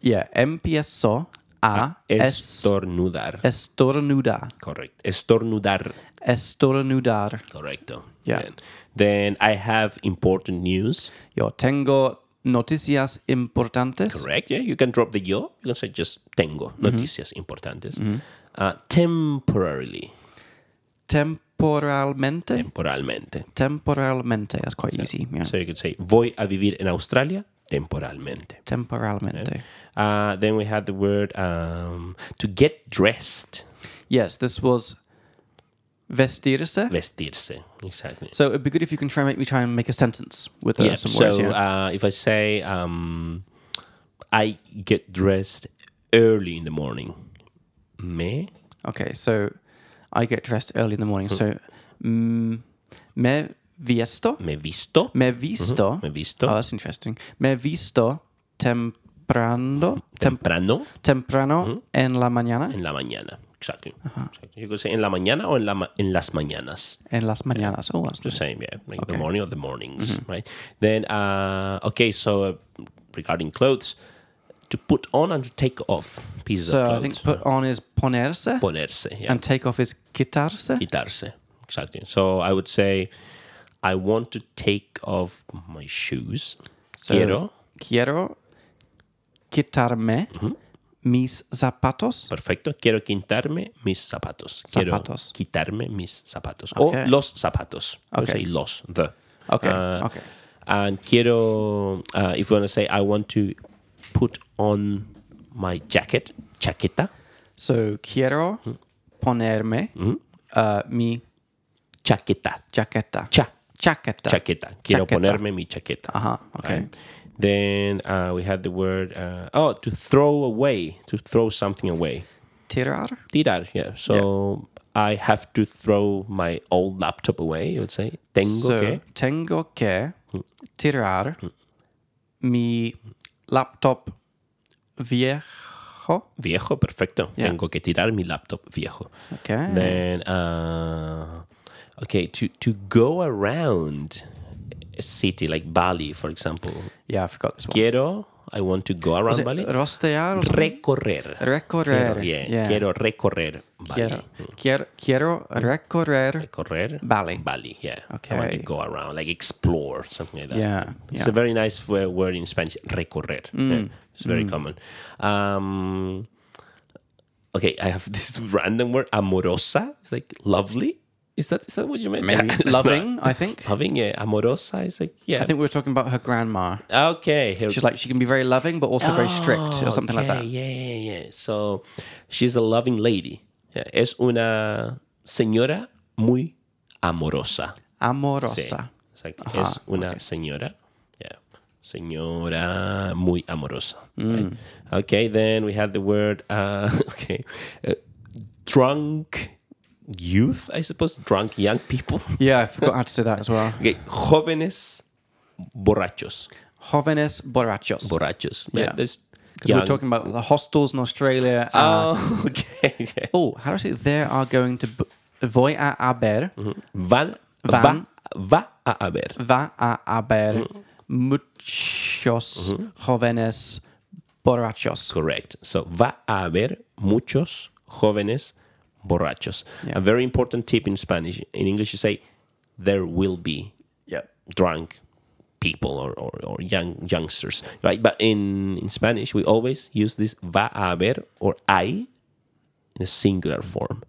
Speaker 1: Yeah, empiezo
Speaker 2: Ah,
Speaker 1: a es
Speaker 2: Estornudar.
Speaker 1: estornudar.
Speaker 2: Correct. Estornudar.
Speaker 1: Estornudar.
Speaker 2: Correcto.
Speaker 1: Yeah.
Speaker 2: Then, then I have important news.
Speaker 1: Yo tengo noticias importantes.
Speaker 2: Correct. Yeah, you can drop the yo. You can say just tengo
Speaker 1: Mm-hmm.
Speaker 2: noticias importantes. Uh, temporarily.
Speaker 1: Temporalmente.
Speaker 2: Temporalmente.
Speaker 1: Temporalmente. That's quite easy. Yeah.
Speaker 2: So you could say, voy a vivir en Australia temporalmente.
Speaker 1: Temporalmente.
Speaker 2: Uh, then we had the word um, to get dressed,
Speaker 1: Yes, this was vestirse.
Speaker 2: vestirse. Exactly.
Speaker 1: So it'd be good if you can try and make me try and make a sentence with uh,
Speaker 2: yeah.
Speaker 1: some
Speaker 2: So
Speaker 1: words. yeah.
Speaker 2: uh, if I say, um, I get dressed early in the morning, me
Speaker 1: Okay, so I get dressed early in the morning.
Speaker 2: Hmm.
Speaker 1: So mm, me viesto.
Speaker 2: me visto,
Speaker 1: Me visto.
Speaker 2: me visto
Speaker 1: Oh, that's interesting. Me he visto temprano, tem-
Speaker 2: temprano
Speaker 1: temprano en la mañana.
Speaker 2: Mm-hmm. en la mañana. Exactly. exactly. You could say en la mañana o en, la ma- en las mañanas.
Speaker 1: En las mañanas. Oh, that's
Speaker 2: The
Speaker 1: nice. Mm-hmm.
Speaker 2: same, yeah. Like the morning or the mornings, right? Then, uh, okay, so uh, regarding clothes, to put on and to take off pieces of
Speaker 1: So I
Speaker 2: clothes.
Speaker 1: think put on is ponerse
Speaker 2: Ponerse, yeah.
Speaker 1: and take off is quitarse.
Speaker 2: quitarse. Exactly. So I would say, I want to take off my shoes.
Speaker 1: So,
Speaker 2: Quiero.
Speaker 1: Quiero quitarme
Speaker 2: Mm-hmm.
Speaker 1: mis zapatos.
Speaker 2: Perfecto. Quiero quitarme mis zapatos.
Speaker 1: Zapatos.
Speaker 2: Quiero quitarme mis zapatos.
Speaker 1: Okay.
Speaker 2: O los zapatos. I would
Speaker 1: Okay.
Speaker 2: say los, the.
Speaker 1: Okay,
Speaker 2: Uh,
Speaker 1: okay.
Speaker 2: And quiero, uh, if you want to say, I want to put on my jacket, chaqueta,
Speaker 1: So quiero
Speaker 2: Mm-hmm.
Speaker 1: ponerme uh, mi
Speaker 2: chaqueta,
Speaker 1: chaqueta.
Speaker 2: cha,
Speaker 1: chaqueta.
Speaker 2: chaqueta. Quiero
Speaker 1: Chaqueta.
Speaker 2: ponerme mi chaqueta.
Speaker 1: Ajá, okay.
Speaker 2: Right? Then uh, we had the word, uh, oh, to throw away, to throw something away.
Speaker 1: Tirar.
Speaker 2: Tirar, yeah. So I have to throw my old laptop away, you would say. Tengo
Speaker 1: So,
Speaker 2: que.
Speaker 1: tengo que
Speaker 2: Mm.
Speaker 1: tirar mi laptop viejo.
Speaker 2: Viejo, perfecto.
Speaker 1: Yeah. Mm.
Speaker 2: Tengo que tirar mi laptop viejo.
Speaker 1: Okay.
Speaker 2: Then, uh, okay, to, to go around a city like Bali, for example.
Speaker 1: yeah, I forgot this one.
Speaker 2: Quiero, I want to go around
Speaker 1: Was it
Speaker 2: Bali.
Speaker 1: rostear or something?
Speaker 2: Recorrer.
Speaker 1: Recorrer,
Speaker 2: Quiero, yeah,
Speaker 1: yeah.
Speaker 2: Quiero recorrer Bali. Mm.
Speaker 1: Quiero, quiero, quiero recorrer.
Speaker 2: Correr.
Speaker 1: Bali.
Speaker 2: Bali, yeah. I want to
Speaker 1: Okay.
Speaker 2: go around, like explore, something like that.
Speaker 1: Yeah,
Speaker 2: It's
Speaker 1: yeah. Mm.
Speaker 2: a very nice w- word in Spanish, recorrer. yeah. It's very common. Um, okay, I have this random word, amorosa. It's like lovely. Is that is that what you meant?
Speaker 1: Maybe
Speaker 2: Yeah.
Speaker 1: loving, I think.
Speaker 2: Loving, yeah. Amorosa is like, yeah.
Speaker 1: I think we were talking about her grandma.
Speaker 2: okay. here-
Speaker 1: She's like she can be very loving, but also very strict
Speaker 2: Oh,
Speaker 1: or something like
Speaker 2: okay,
Speaker 1: that.
Speaker 2: Yeah, yeah, yeah. So she's a loving lady. Yeah, es una señora muy amorosa.
Speaker 1: Amorosa.
Speaker 2: It's like, es una señora. Yeah. Señora muy amorosa.
Speaker 1: Mm.
Speaker 2: right? Okay, then we had the word, uh, okay, uh, drunk youth, I suppose, drunk young people.
Speaker 1: Yeah, I forgot how to say that as well.
Speaker 2: Okay, jóvenes borrachos.
Speaker 1: Jóvenes borrachos.
Speaker 2: Borrachos.
Speaker 1: Yeah.
Speaker 2: this
Speaker 1: Because we're
Speaker 2: young-
Speaker 1: talking about the hostels in Australia. uh,
Speaker 2: Oh, okay. yeah.
Speaker 1: oh, how do I say there are going to. B- voy a haber.
Speaker 2: Mm-hmm. Van,
Speaker 1: Mm-hmm. Van.
Speaker 2: Va, va a haber.
Speaker 1: Va a haber
Speaker 2: Mm-hmm.
Speaker 1: muchos jóvenes borrachos.
Speaker 2: Correct. So, va a haber muchos jóvenes borrachos. A very important tip in Spanish. In English, you say, there will be
Speaker 1: Yep.
Speaker 2: drunk people or, or, or young youngsters, right? But in, in Spanish, we always use this va a haber or hay in a singular form.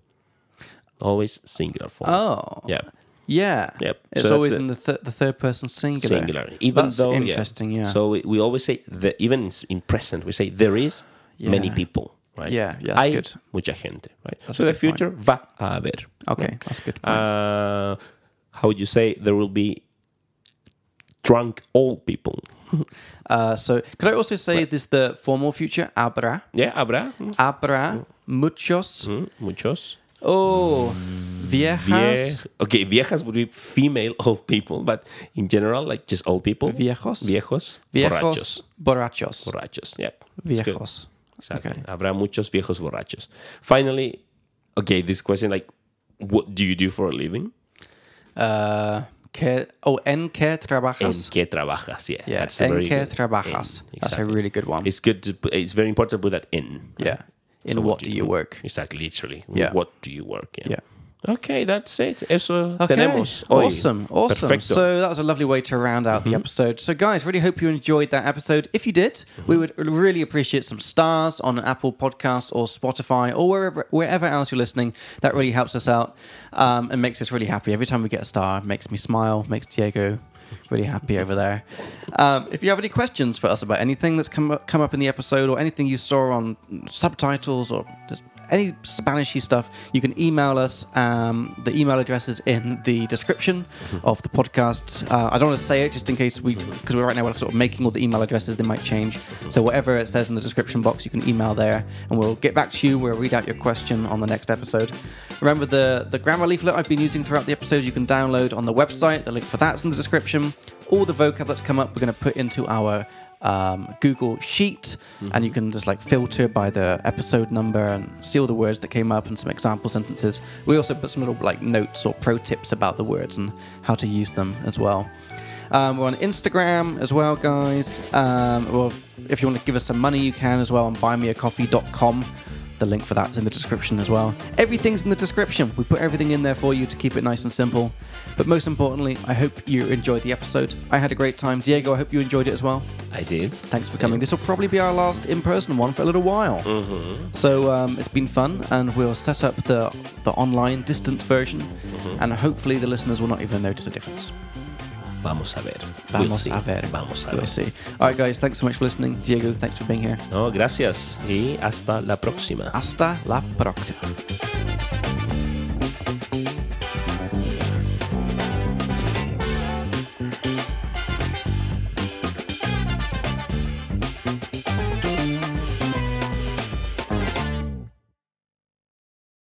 Speaker 2: Always singular form.
Speaker 1: Oh.
Speaker 2: Yeah.
Speaker 1: Yeah.
Speaker 2: Yep.
Speaker 1: It's
Speaker 2: So that's
Speaker 1: always
Speaker 2: it.
Speaker 1: in the, th- the third person singular.
Speaker 2: singular. Even
Speaker 1: That's
Speaker 2: though yeah.
Speaker 1: interesting, yeah.
Speaker 2: So we, we always say the, even in, s- in present we say there is many
Speaker 1: Yeah.
Speaker 2: people, right?
Speaker 1: Yeah, yeah, that's
Speaker 2: Hay
Speaker 1: good.
Speaker 2: mucha gente, right?
Speaker 1: a
Speaker 2: so the
Speaker 1: good point. Mm.
Speaker 2: future va a haber.
Speaker 1: okay, that's good.
Speaker 2: Uh, how would you say there will be drunk old people?
Speaker 1: Uh, so could I also say this the formal future? Abra.
Speaker 2: Yeah, habrá mm,
Speaker 1: Abra muchos.
Speaker 2: mm, muchos.
Speaker 1: Oh,
Speaker 2: Vie-
Speaker 1: viejas.
Speaker 2: okay, viejas would be female old people, but in general, like just old people.
Speaker 1: Viejos.
Speaker 2: Viejos.
Speaker 1: Viejos.
Speaker 2: Borrachos.
Speaker 1: Borrachos.
Speaker 2: Borrachos. Yeah. it's good.
Speaker 1: Viejos.
Speaker 2: Exactly.
Speaker 1: Okay.
Speaker 2: Habrá muchos viejos borrachos. Finally, okay, this question like, what do you do for a living?
Speaker 1: Uh, que, oh, en que
Speaker 2: ¿En
Speaker 1: trabajas?
Speaker 2: qué trabajas? Yeah,
Speaker 1: yeah,
Speaker 2: that's
Speaker 1: en
Speaker 2: very
Speaker 1: que
Speaker 2: good.
Speaker 1: trabajas?
Speaker 2: En,
Speaker 1: That's a
Speaker 2: exactly.
Speaker 1: really good one.
Speaker 2: It's good. To, put- it's very important to put that in.
Speaker 1: yeah. In
Speaker 2: So
Speaker 1: what do you work?
Speaker 2: Exactly, literally.
Speaker 1: Yeah.
Speaker 2: What do you work? Yeah.
Speaker 1: Yeah.
Speaker 2: Okay, that's it. Eso
Speaker 1: Okay.
Speaker 2: tenemos hoy.
Speaker 1: Awesome. Awesome.
Speaker 2: Perfecto.
Speaker 1: So that was a lovely way to round out the episode. So, guys, really hope you enjoyed that episode. If you did, we would really appreciate some stars on Apple Podcast or Spotify or wherever wherever else you're listening. That really helps us out um, and makes us really happy. Every time we get a star, it makes me smile, makes Diego really happy over there. Um, if you have any questions for us about anything that's come up, come up in the episode or anything you saw on subtitles or just any Spanishy stuff, you can email us. Um, the email address is in the description of the podcast. Uh, I don't want to say it just in case we, because we're right now we're sort of making all the email addresses. They might change. So whatever it says in the description box, you can email there, and we'll get back to you. We'll read out your question on the next episode. Remember the the grammar leaflet I've been using throughout the episode. You can download on the website. The link for that's in the description. All the vocab that's come up, we're going to put into our um, Google Sheet, and you can just like filter by the episode number and see all the words that came up and some example sentences. We also put some little like notes or pro tips about the words and how to use them as well. Um, we're on Instagram as well, guys. Um, well, if you want to give us some money, you can as well on buymeacoffee.com. The link for that's in the description as well. Everything's in the description. We put everything in there for you to keep it nice and simple. But most importantly, I hope you enjoyed the episode. I had a great time. Diego, I hope you enjoyed it as well.
Speaker 2: I did.
Speaker 1: Thanks for coming. This will probably be our last in person one for a little while.
Speaker 2: Mm-hmm.
Speaker 1: So um, it's been fun, and we'll set up the, the online distant version, and hopefully the listeners will not even notice a difference.
Speaker 2: Vamos a ver. We'll
Speaker 1: Vamos
Speaker 2: see.
Speaker 1: a ver.
Speaker 2: Vamos a
Speaker 1: We'll
Speaker 2: ver.
Speaker 1: see. All right, guys. Thanks so much for listening. Diego, thanks for being here.
Speaker 2: No, gracias y hasta la próxima.
Speaker 1: Hasta la próxima.